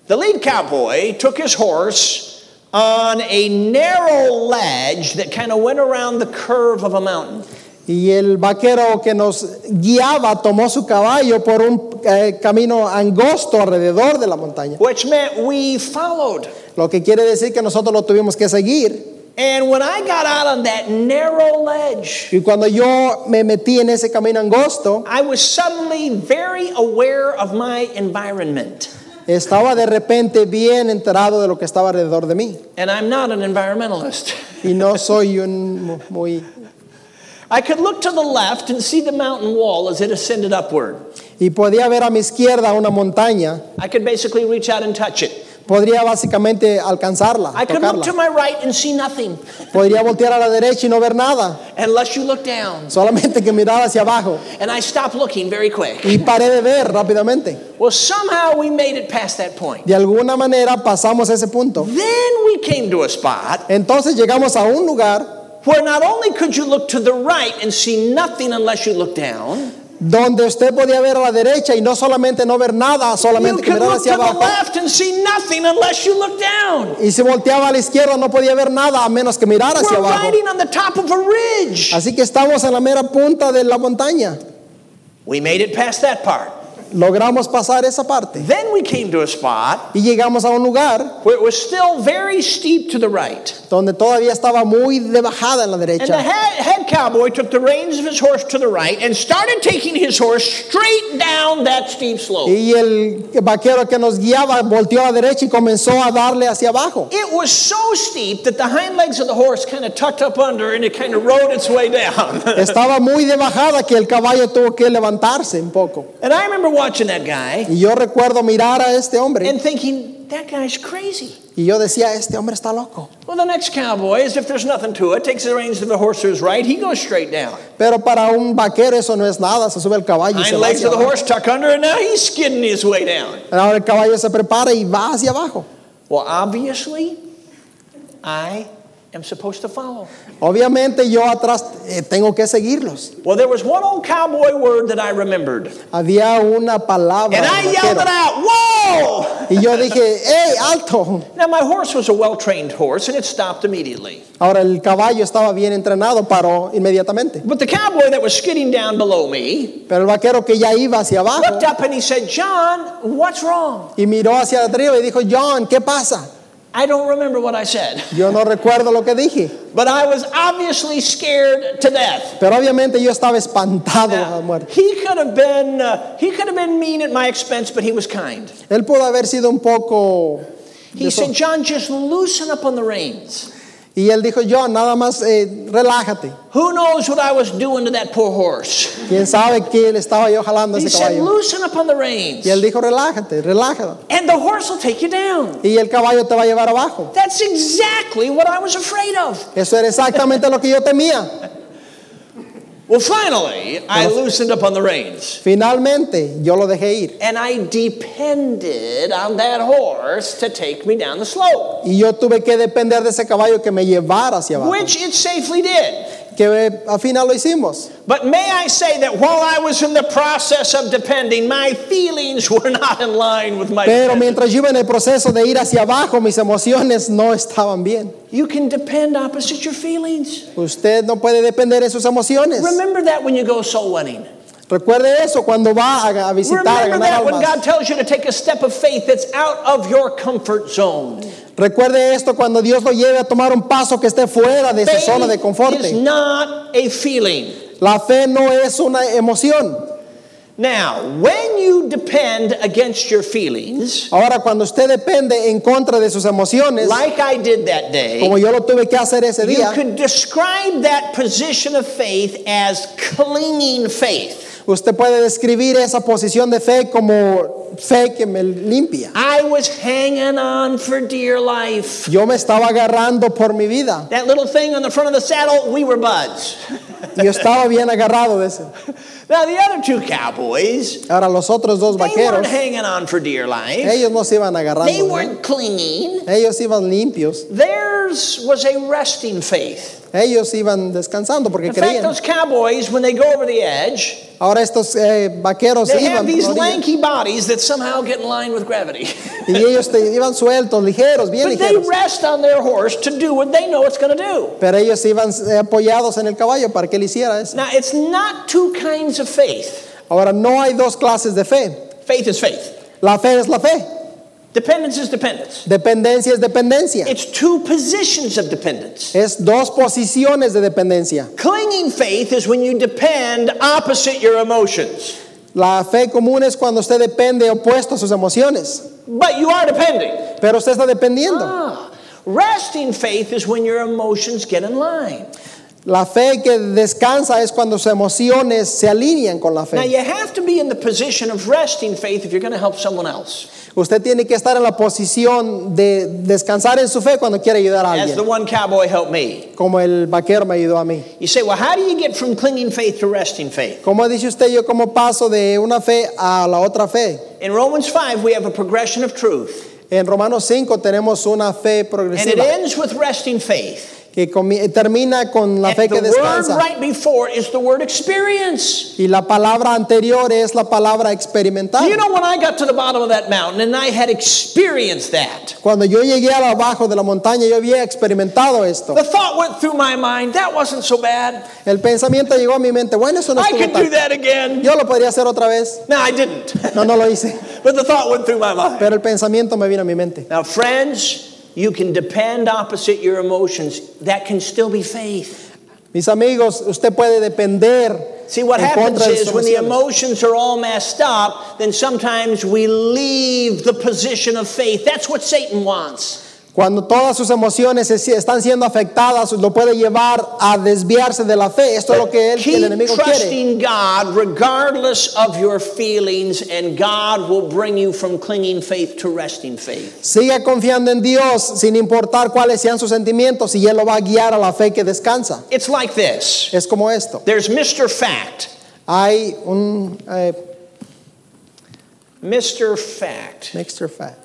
the lead cowboy took his horse on a narrow ledge that kind of went around the curve of a mountain.
Y el vaquero que nos guiaba tomó su caballo por un eh, camino angosto alrededor de la montaña.
Which meant we followed.
Lo que quiere decir que nosotros lo tuvimos que seguir.
And when I got out on that narrow ledge,
Y cuando yo me metí en ese camino angosto,
I was suddenly very aware of my environment.
estaba de repente bien enterado de lo que estaba alrededor de mí.
And I'm not an environmentalist.
Y no soy un mu- muy...
I could look to the left and see the mountain wall as it ascended upward.
Y podía ver a mi izquierda una montaña.
I could basically reach out and touch it.
Podría básicamente alcanzarla,
I could look to
tocarla.
my right and see nothing
Podría voltear a la derecha y no ver nada.
unless you look down.
Solamente que miraba hacia abajo.
And I stopped looking very quick.
Y paré de ver rápidamente.
Well, somehow we made it past that point.
De alguna manera pasamos ese punto.
Then we came to a spot
Entonces llegamos a un lugar
where not only could you look to the right and see nothing unless you look down,
donde usted podía ver a la derecha y no solamente no ver nada,
you
solamente que
could
miraba
look to
hacia
the
abajo.
left and see nothing unless you look down.
Y si volteaba a la izquierda no podía ver nada a menos que mirar hacia
We're
abajo.
riding on the top of a ridge.
Así que estamos en la mera punta de la montaña.
We made it past that part.
Logramos pasar esa parte.
Then we came to a spot
Y llegamos a un lugar
where it was still very steep to the right.
donde todavía estaba muy de bajada en la
And the
derecha.
head, head cowboy took the reins of his horse to the right and started taking his horse straight down that steep slope.
Y el vaquero que nos guiaba volteó a la derecha y comenzó a darle hacia abajo.
It was so steep that the hind legs of the horse kind of tucked up under and it kind of rode its way down.
Estaba muy de bajada que el caballo tuvo que levantarse un poco.
and I remember watching that guy
Y yo recuerdo mirar a este hombre
and thinking, that guy's crazy.
y yo decía, este hombre está loco.
Well, the next cowboy, as if there's nothing to it, takes the reins of the horse to his right, he goes straight down.
Pero para un vaquero eso no es nada, se sube el caballo y se
Hind
va
legs
hacia
of the
abajo.
horse tuck under and now he's skidding his way down.
Ahora el caballo se prepara y va hacia abajo.
Well, obviously, I am supposed to follow.
Obviamente yo atrás eh, tengo que seguirlos.
Well, there was one old cowboy word that I remembered.
Había una palabra.
And
del
I yelled
vaquero.
it out, Whoa!
Y yo dije, ¡hey, alto!
Now, my horse was a well trained horse and it stopped immediately.
Ahora el caballo estaba bien entrenado, paró inmediatamente.
But the cowboy that was skidding down below me
Pero el vaquero que ya iba hacia abajo
looked up and he said, John, what's wrong?
y miró hacia arriba y dijo, John, ¿qué pasa?
I don't remember what I said,
Yo no recuerdo lo que dije.
but I was obviously scared to death.
Pero obviamente yo estaba espantado a la
Now,
muerte.
he could have been uh, he could have been mean at my expense, but he was kind.
Él pudo haber sido un poco...
He said, "John, just loosen up on the reins."
Y él dijo, John, nada más eh, relájate.
Who knows what I was doing to that poor horse?
¿Quién sabe qué le estaba yo jalando a
He
ese
said,
caballo?
"Loosen up on the reins."
Y él dijo, relájate, relájate.
and the horse will take you down.
Y el caballo te va a llevar abajo.
That's exactly what I was afraid of.
Eso era exactamente lo que yo temía.
Well, finally, I loosened up on the reins.
Finalmente, yo lo dejé ir.
And I depended on that horse to take me down the slope,
Y yo tuve que depender de ese caballo que me llevara hacia abajo.
which it safely did.
Que eh, al final lo hicimos.
But may I say that while I was in the process of depending, my feelings were not in line with my.
Pero
dependence.
mientras yo iba en el proceso de ir hacia abajo, mis emociones no estaban bien.
You can depend opposite your feelings.
Usted no puede depender de sus emociones.
Remember that when you go soul winning.
Recuerde eso cuando va a, a visitar, a
Remember
ganar
that when
almas.
God tells you to take a step of faith that's out of your comfort zone.
Recuerde esto cuando Dios lo lleve a tomar un paso que esté fuera de su
Faith
zona de confort.
is not a feeling.
La fe no es una emoción.
Now, when you depend against your feelings,
Ahora, cuando usted depende en contra de sus emociones,
like I did that day,
como yo lo tuve que hacer ese
you
día,
could describe that position of faith as clinging faith.
usted puede describir esa posición de fe como fe que me limpia.
I was hanging on for dear life.
Yo me estaba agarrando por mi vida.
That little thing on the front of the saddle, we were buds.
y Yo estaba bien agarrado de eso.
Now, the other two cowboys,
Ahora, los otros dos
they weren't
vaqueros,
hanging on for dear life,
ellos no se iban
they
agarrando. ¿no?
weren't clinging.
Ellos iban limpios.
Theirs was a resting faith.
Ellos iban descansando porque
In fact,
creían.
those cowboys, when they go over the edge,
Ahora estos eh, vaqueros
They
iban
have
por
these
la orilla.
lanky bodies that somehow get in line with gravity.
y ellos te- iban sueltos, ligeros, bien
but they
ligeros.
rest on their horse to do what they know it's going to do.
Pero ellos iban eh, apoyados en el caballo para que él hiciera eso.
Now, it's not two kinds of faith.
Ahora no hay dos clases de fe.
Faith is faith,
La fe es la fe.
dependence is dependence.
Dependencia es dependencia.
It's two positions of dependence.
Es dos posiciones de dependencia.
Clinging faith is when you depend opposite your emotions,
La fe común es cuando usted depende opuesto a sus emociones.
but you are depending.
Pero usted está dependiendo.
Ah. Resting faith is when your emotions get in line.
La fe que descansa es cuando sus emociones se alinean con la
Now,
fe.
you have to be in the position of resting faith if you're going to help someone else.
Usted tiene que estar en la posición de descansar en su fe cuando quiere ayudar a
As the
alguien,
one cowboy helped me.
como el vaquero me ayudó a mí.
You say, well, how do you get from clinging faith to resting faith?
Como dice usted, yo como paso de una fe a la otra fe.
In Romans 5, we have a progression of truth.
En Romanos 5 tenemos una fe
And it
progresiva
ends with resting faith.
que comi- termina con la
And
fe que
the word
descansa.
right before is the word experience.
Y la palabra anterior es la palabra experimental.
You know, when I got to the bottom of that mountain and I had experienced that,
Cuando yo llegué a lo abajo de la montaña, yo había experimentado esto.
the thought went through my mind, that wasn't so bad.
El pensamiento llegó a mi mente, bueno, eso no
I
estuvo
could do
tan...
that again.
Yo lo podría hacer otra vez.
No, I didn't.
No, no lo hice.
but the thought went through my mind.
Pero el pensamiento me vino a mi mente.
Now, friends, you can depend opposite your emotions. That can still be faith.
Mis amigos, usted puede depender
See, what
en
happens
contra de sus
is when the
emociones.
emotions are all messed up, then sometimes we leave the position of faith. That's what Satan wants.
Cuando todas sus emociones es- están siendo afectadas, lo puede llevar a desviarse de la fe. Esto es lo que él- el
Keep
enemigo quiere.
trusting God regardless of your feelings, and God will bring you from clinging faith to resting faith.
Siga confiando en Dios sin importar cuáles sean sus sentimientos y él lo va a guiar a la fe que descansa.
It's like this
Es como esto.
there's Mr. Fact.
Hay un eh,
Mr. Fact.
mixture fact.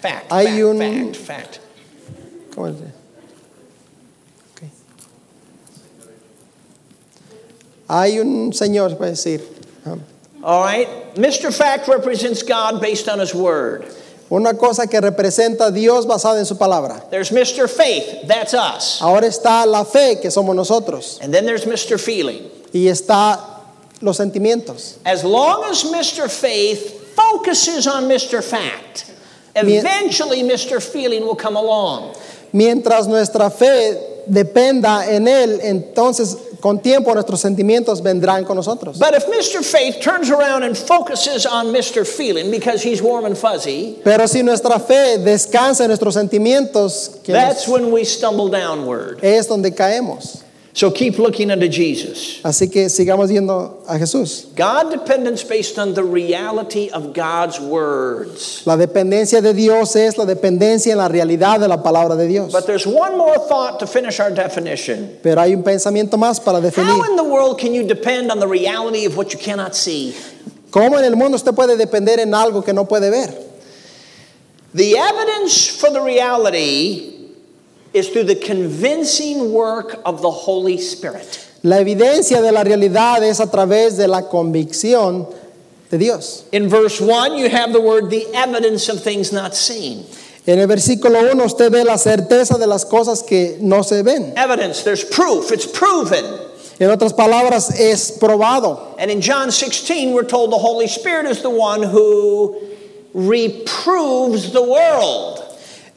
Fact.
Hay
fact,
un-
fact, fact.
¿Cómo es? Ok. Hay un señor, se puede decir, ah,
All right? Mr. Fact represents God based on his word.
una cosa que representa a Dios basada en su palabra.
There's Mr. Faith, that's us.
Ahora está la fe que somos nosotros
And then there's Mr. Feeling.
y está los sentimientos.
As long as Mr. Faith focuses on Mr. Fact,
Mien-
eventually Mr. Feeling will come along.
Mientras nuestra fe dependa en Él, entonces con tiempo nuestros sentimientos vendrán con nosotros.
But if Mr. Faith turns around and focuses on Mr. Feeling because he's warm and fuzzy,
Pero si nuestra fe descansa en nuestros sentimientos, que
that's when we stumble downward.
es donde caemos.
So keep looking unto Jesus.
Así que sigamos viendo a Jesús.
God dependence based on the reality of God's words.
La dependencia de Dios es la dependencia en la realidad de la palabra de Dios.
But there's one more thought to finish our definition.
Pero hay un pensamiento más para definir.
How in the world can you depend on the reality of what you cannot see?
¿Cómo en el mundo usted puede depender en algo que no puede ver?
The evidence for the reality is through the convincing work of the Holy Spirit.
La evidencia de la realidad es a través de la convicción de Dios.
In verse 1, you have the word the evidence of things not seen.
En el versículo 1 usted ve la certeza de las cosas que no se ven.
Evidence, there's proof, it's proven.
En otras palabras, es probado.
And in John 16, we're told the Holy Spirit is the one who reproves the world,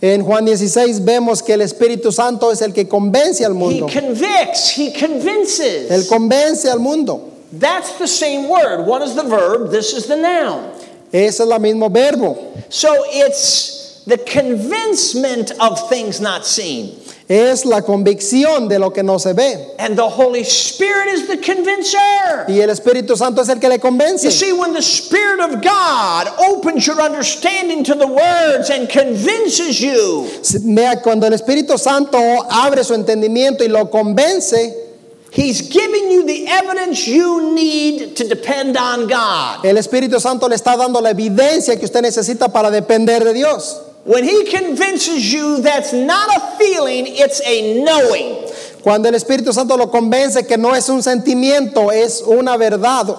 En Juan 16 vemos que el Espíritu Santo es el que convence al
He
mundo.
convicts, He
Él
convinces.
convence al mundo.
That's the same word. One is the verb, this is the noun.
Ese es el mismo verbo.
So it's the convincement of things not seen.
es la convicción de lo que no se ve.
And the Holy Spirit is the convincer.
Y el Espíritu Santo es el que le
You
convence.
see, when the Spirit of God opens your understanding to the words and convinces you,
Vea, cuando el Espíritu Santo abre su entendimiento y lo convence,
He's giving you the evidence you need to depend on God.
el Espíritu Santo le está dando la evidencia que usted necesita para depender de Dios.
When He convinces you, that's not a feeling, it's a knowing.
Cuando el Espíritu Santo lo convence que no es un sentimiento, es una verdad.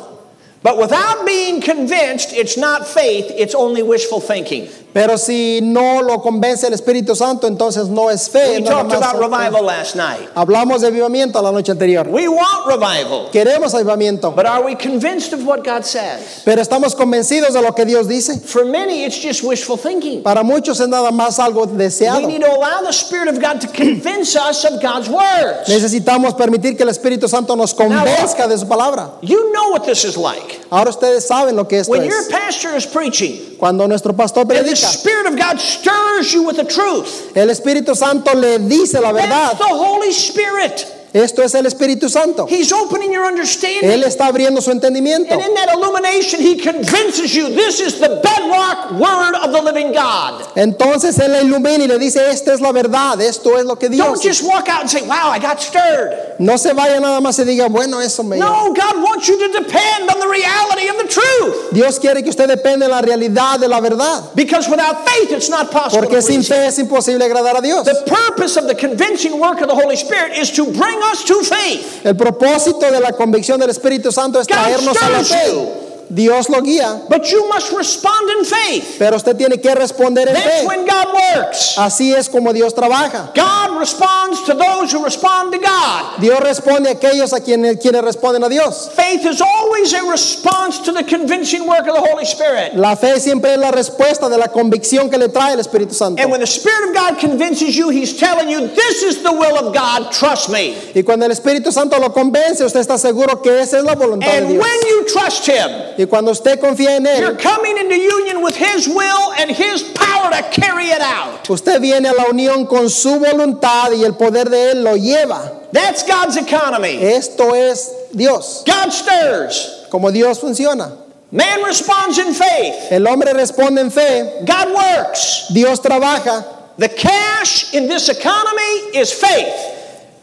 But without being convinced, it's not faith, it's only wishful thinking.
Pero si no lo convence el Espíritu Santo, entonces no es fe.
We
nada
talked
más
about
son fe.
revival last night.
Hablamos de avivamiento la noche anterior.
We want revival,
Queremos avivamiento,
but are we convinced of what God says?
pero estamos convencidos de lo que Dios dice.
For many, it's just wishful thinking.
Para muchos es nada más algo
We
deseado.
need to allow the Spirit of God to convince us of God's words.
Necesitamos permitir que el Espíritu Santo nos convenzca de su palabra.
You know what this is like.
Ahora ustedes saben lo que esto
When your
es.
pastor is preaching,
Cuando nuestro pastor
and the
predica,
Spirit of God stirs you with the truth,
el Espíritu Santo le dice la
that's
verdad.
the Holy Spirit.
Esto es el Espíritu Santo.
He's opening your understanding.
Él está abriendo su entendimiento.
And in that illumination, he convinces you this is the bedrock word of the living God.
Entonces él le ilumina y le dice, esta es la verdad, esto es lo que Dios.
Don't just walk out and say, wow, I got stirred.
No se vaya nada más y diga, bueno, eso me...
No, God wants you to depend on the reality of the truth.
Dios quiere que usted dependa de la realidad, de la verdad.
Because without faith, it's not possible.
Porque
to
sin
please
fe es imposible agradar a Dios.
The purpose of the convincing work of the Holy Spirit is to bring us to faith.
El propósito de la convicción del Espíritu Santo es
God
traernos a la
stirs you.
fe. Dios lo guía,
But you must respond in faith.
pero usted tiene que responder en
That's
fe.
when God works.
Así es como Dios trabaja.
God responds to those who respond to God.
Dios responde a aquellos a quienes, quienes responden a Dios.
Faith is always a response to the convincing work of the Holy Spirit.
La fe siempre es la respuesta de la convicción que le trae el Espíritu Santo.
And when the Spirit of God convinces you, He's telling you, this is the will of God, trust me.
Y cuando el Espíritu Santo lo convence, usted está seguro que esa es la voluntad de
And
Dios.
when you trust Him,
Y cuando usted confía en
you're
Él,
coming into union with His will and His power to carry it out.
usted viene a la unión con su voluntad y el poder de Él lo lleva.
That's God's economy.
Esto es Dios,
God stirs.
como Dios funciona.
Man responds in faith.
El hombre responde en fe,
God works.
Dios trabaja.
The cash in this economy is faith.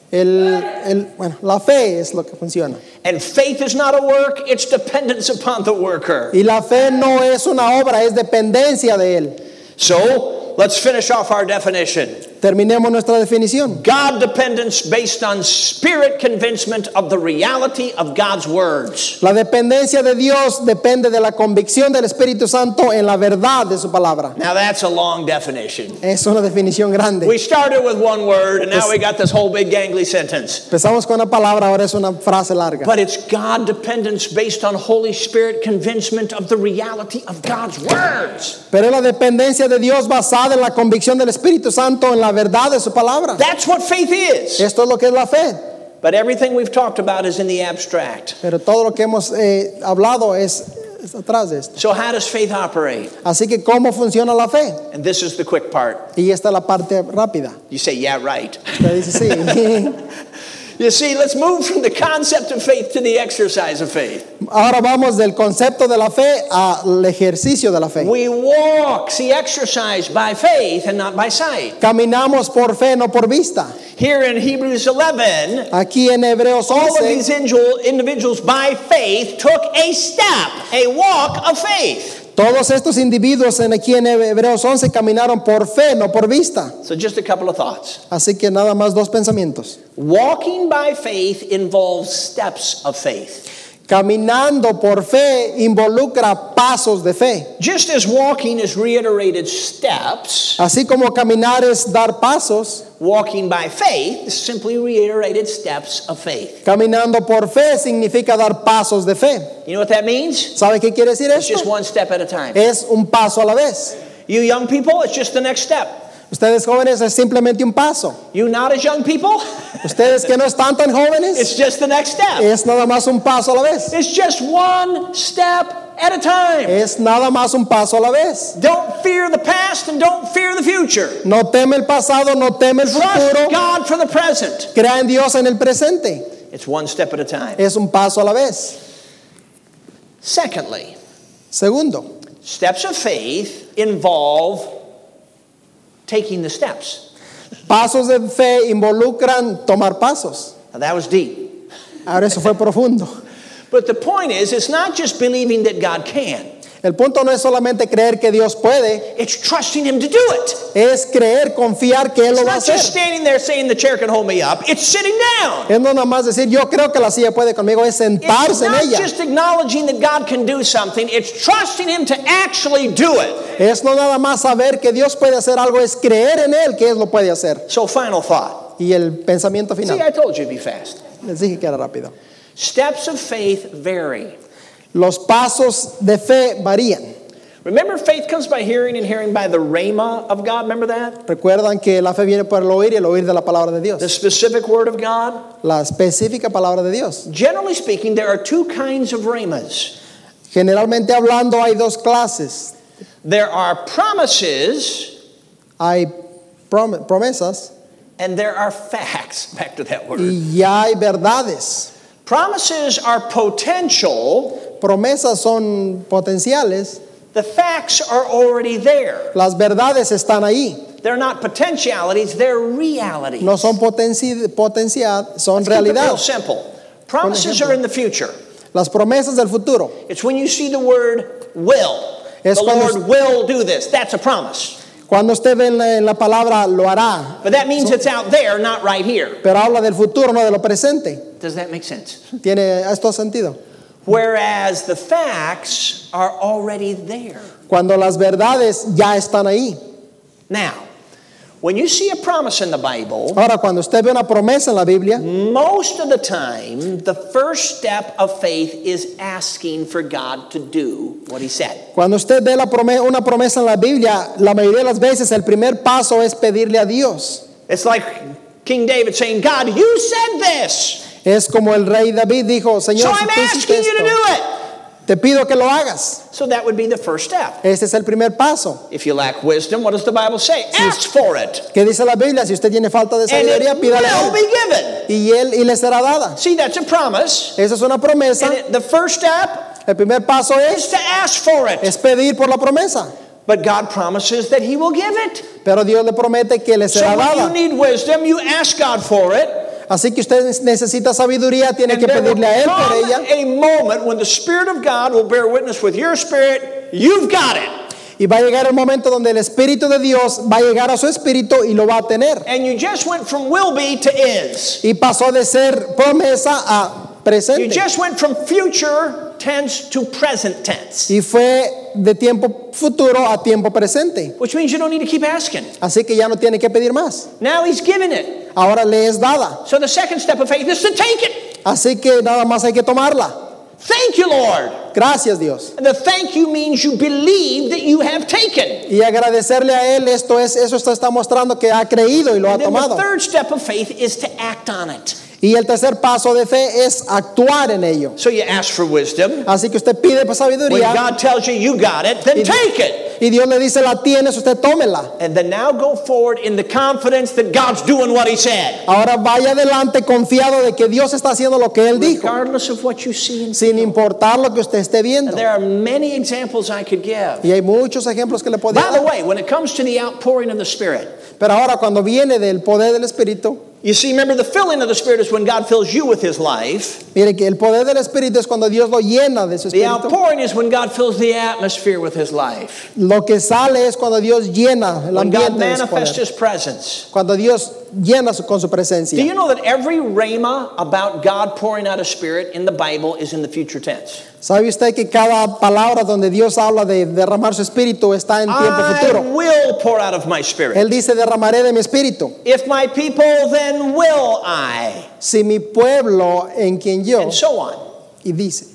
El, el- bueno, la fe es lo que funciona.
And faith is not a work, it's dependence upon the worker.
Y la fe no es una obra, es dependencia de Él.
So let's finish off our definition
Terminemos nuestra definición.
God dependence based on spirit convincement of the reality of God's words.
La dependencia de Dios depende de la convicción del Espíritu Santo en la verdad de su palabra.
Now that's a long definition.
Es una definición grande.
We started with one word and now we got this whole big gangly sentence.
Empezamos con una palabra, ahora es una frase larga.
But it's God dependence based on Holy Spirit convincement of the reality of God's words.
Pero es la dependencia de Dios basada en la convicción del Espíritu Santo en la verdad de su palabra.
That's what faith is.
Esto es lo que es la fe.
But everything we've talked about is in the abstract.
Pero todo lo que hemos eh, hablado es, es atrás de esto.
So, how does faith operate?
Así que, ¿cómo funciona la fe?
And this is the quick part.
Y esta es la parte rápida.
You say, yeah, right.
Usted dice, sí.
You see, let's move from the concept of faith to the exercise of faith.
Ahora vamos del concepto de la fe al ejercicio de la fe.
We walk, see, exercise by faith and not by sight.
Caminamos por fe, no por vista.
Here in Hebrews 11,
Aquí en Hebreos
all of
11,
these individual- individuals by faith took a step, a walk of faith.
todos estos individuos en aquí en Hebreos 11 caminaron por fe, no por vista.
So, just a couple of thoughts.
Así que nada más dos pensamientos.
Walking by faith involves steps of faith.
Caminando por fe involucra pasos de fe.
Just as walking is reiterated steps,
Así como caminar es dar pasos,
walking by faith is simply reiterated steps of faith.
caminando por fe significa dar pasos de fe.
You know what that means?
¿Sabe qué quiere decir
It's just
esto?
one step at a time.
Es un paso a la vez.
You young people, it's just the next step.
Ustedes jóvenes es simplemente un paso.
You not as young people,
Ustedes que no están tan jóvenes
it's just the next step.
es nada más un paso a la vez.
It's just one step at a time.
Es nada más un paso a la vez.
Don't fear the past and don't fear the future.
No teme el pasado, no teme el
Trust
futuro.
God for the present.
Crea en Dios en el presente.
It's one step at a time.
Es un paso a la vez.
Secondly,
Segundo,
steps of faith involve taking the steps.
Pasos de fe involucran tomar pasos.
Now that was deep.
Ahora eso fue profundo.
But the point is, it's not just believing that God can.
El punto no es solamente creer que Dios puede,
It's trusting him to do it.
es creer, confiar que Él lo
It's
va a
not
hacer.
just standing there saying the chair can hold me up. It's sitting down.
Es no nada más decir, yo creo que la silla puede conmigo, es
It's
sentarse en
not
ella.
just acknowledging that God can do something, it's trusting Him to actually do it.
Es no nada más saber que Dios puede hacer algo, es creer en Él que Él lo puede hacer.
So, final thought.
Y el pensamiento
See,
final,
I told you to be fast.
les dije que era rápido.
Steps of faith vary.
Los pasos de fe varían.
Remember, faith comes by hearing and hearing by the rhema of God. Remember that?
Recuerdan que la fe viene por el oír y el oír de la palabra de
The
Dios,
specific word of God.
la específica palabra de Dios.
Generally speaking, there are two kinds of rhemas
Generalmente hablando hay dos clases.
there are promises
Hay prom- promesas
and there are facts. Back to that word.
y ya hay verdades.
Promises are potential,
Promesas son potenciales,
the facts are already there.
las verdades están ahí.
They're not potentialities, they're realities.
No son potenci- potencial, son
Keep it
realidad.
real simple. Promises are in the future.
Las promesas del futuro.
It's when you see the word will.
Es
the
cuando-
Lord will do this. That's a promise.
Cuando usted ve en la, en la palabra lo hará,
But that means it's out there, not right here.
pero habla del futuro, no de lo presente.
Does that make sense?
Tiene esto sentido.
Whereas the facts are already there.
Cuando las verdades ya están ahí.
Now, when you see a promise in the Bible,
Ahora, cuando usted ve una promesa en la Biblia,
most of the time, the first step of faith is asking for God to do what He said.
cuando usted ve la prome- una promesa en la Biblia, la mayoría de las veces el primer paso es pedirle a Dios.
It's like King David saying, God, you said this,
Es como el rey David dijo,
so
Señor, si
I'm
tú hiciste
asking you to do
esto,
it.
te pido que lo hagas.
So that would be the first step.
Ese es el primer paso.
If you lack wisdom, what does the Bible say? Ask for it,
¿Qué dice la Biblia? Si usted tiene falta de
and
sabiduría,
it
pídale a
will
él,
be given.
y él y le será dada.
See, that's a promise.
Esa es una promesa.
And it- the first step
El primer paso es
is to ask for it.
es pedir por la promesa,
But God promises that He will give it.
pero Dios le promete que le será
So when you
dada.
need wisdom, you ask God for it.
Así que usted necesita sabiduría, tiene
And
que
there will
pedirle a él por
come
ella
a moment when the Spirit of God will bear witness with your spirit, you've got it.
y va a llegar el momento donde el espíritu de Dios va a llegar a su espíritu y lo va a tener.
And you just went from will be to is.
Y pasó de ser promesa a
You
presente
just went from future tense to present tense,
y fue de tiempo futuro a tiempo presente.
which means you don't need to keep asking.
Así que ya no tiene que pedir más.
Now He's given it.
Ahora le es dada.
So the second step of faith is to take it.
Así que nada más hay que tomarla.
Thank you, Lord.
Gracias Dios.
And the thank you means you believe that you have taken.
Y agradecerle a él, esto es, eso está- está mostrando que ha creído y lo ha
And then the
tomado.
third step of faith is to act on it.
Y el tercer paso de fe es actuar en ello.
So you ask for wisdom.
Así que usted pide pues,
When
sabiduría
God tells you you got it, then take it.
y Dios le dice la tienes, usted tómela.
And then now go forward in the confidence that God's doing what He said.
Ahora vaya adelante confiado de que Dios está haciendo lo que Él dijo,
Regardless of what you see. And
sin importar lo que usted esté viendo.
there are many examples I could give.
Y hay muchos ejemplos que le podría
By the
dar.
way, when it comes to the outpouring of the Spirit,
Pero ahora cuando viene del poder del Espíritu,
you see, remember the filling of the Spirit is when God fills you with His life.
mire que el poder del Espíritu es cuando Dios lo llena de su
The
Espíritu.
outpouring is when God fills the atmosphere with His life.
Lo que sale es cuando Dios llena el
When God
ambiente de su
manifests
poder.
His presence.
Cuando Dios llena su- con su
Do
presencia.
you know that every rhema about God pouring out His Spirit in the Bible is in the future tense?
¿Sabe usted que cada palabra donde Dios habla de derramar su espíritu está en tiempo
I
futuro?
will pour out of my spirit.
Él dice, derramaré de mi espíritu.
If my people, then will I.
Si mi pueblo en quien yo,
And so on.
y dice,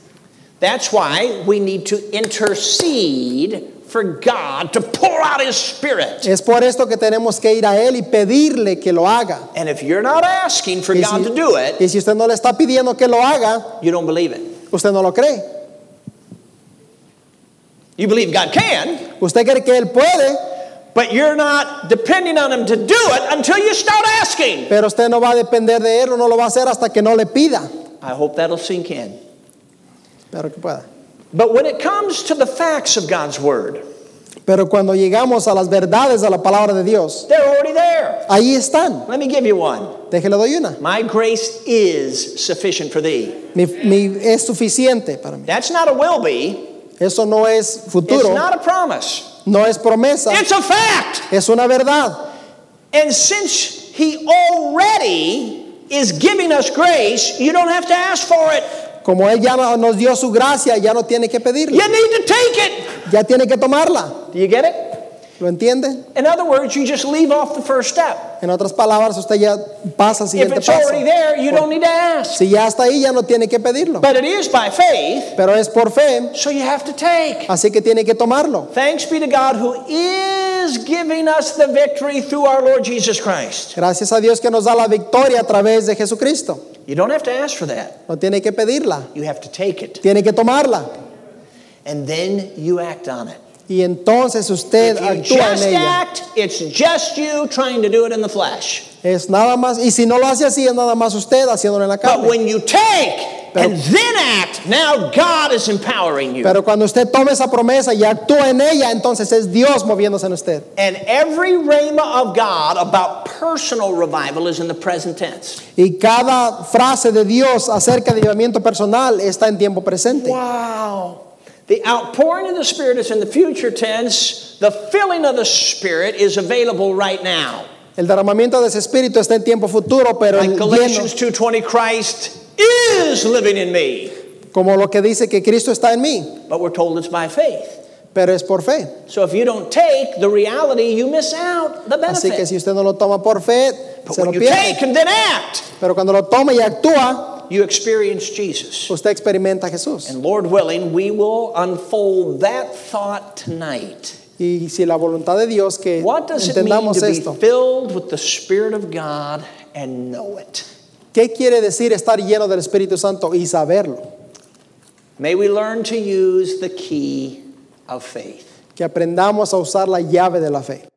That's why we need to intercede for God to pour out His Spirit.
es por esto que tenemos que ir a Él y pedirle que lo haga.
And if you're not asking for
Y
God to do
si,
it,
y si usted no le está pidiendo que lo haga,
you don't believe it.
usted no lo cree.
You believe God can,
Usted cree que Él puede,
but you're not depending on Him to do it until you start asking.
pero usted no va a depender de Él o no lo va a hacer hasta que no le pida.
I hope that'll sink in.
Pero que pueda.
But when it comes to the facts of God's Word,
Pero cuando llegamos a las verdades de la palabra de Dios,
they're already there.
ahí están.
Let me give you one.
Déjelo doy una.
My grace is sufficient for thee.
Mi- mi- es suficiente para mí.
That's not a will be.
Eso no es
It's
futuro,
not a promise.
no es promesa,
It's a fact.
es una verdad.
And since he already is giving us grace, you don't have to ask for it.
Como Él ya no- nos dio su gracia, ya no tiene que
You
pedirla,
need to take it.
ya tiene que tomarla.
Do you get it?
¿Lo entiende?
In other words, you just leave off the first step.
En otras palabras, usted ya pasa al
If
siguiente
it's
paso.
already there, you don't need to ask.
Si ya está ahí, ya no tiene que pedirlo.
But it is by faith,
Pero es por fe,
so you have to take.
así que tiene que tomarlo.
Thanks be to God who is giving us the victory through our Lord Jesus Christ.
Gracias a Dios que nos da la victoria a través de Jesucristo.
You don't have to ask for that.
No tiene que pedirla,
You have to take it.
tiene que tomarla
And then you act on it.
Y entonces usted
If you
actúa
just
en ella.
act, it's just you trying to do it in the flesh.
Es nada más, y si no lo hace así, es nada más usted haciéndolo en la
But
carne.
when you take
Pero-
and then act, now God is empowering you.
Pero cuando usted toma esa promesa y actúa en ella, entonces es Dios moviéndose en usted.
And every rhema of God about personal revival is in the present tense.
Y cada frase de Dios acerca de avivamiento personal está en tiempo presente.
Wow. The outpouring of the Spirit is in the future tense. The filling of the Spirit is available right now.
El derramamiento de ese espíritu está en tiempo futuro, pero
Like
el lleno,
Galatians 2:20, Christ is living in me.
como lo que dice que Cristo está en mí,
But we're told it's by faith.
pero es por fe.
So if you don't take the reality, you miss out the
Así que
benefit.
si usted no lo toma por fe,
But
se lo
when you
pierde.
take and then act,
Pero cuando lo toma y actúa,
you experience Jesus.
usted experimenta a Jesús.
And Lord willing, we will unfold that thought tonight.
Y si la voluntad de Dios que
What does it mean
entendamos
to be
esto,
filled with the Spirit of God and know it?
¿qué quiere decir estar lleno del Espíritu Santo y saberlo?
May we learn to use the key of faith.
Que aprendamos a usar la llave de la fe.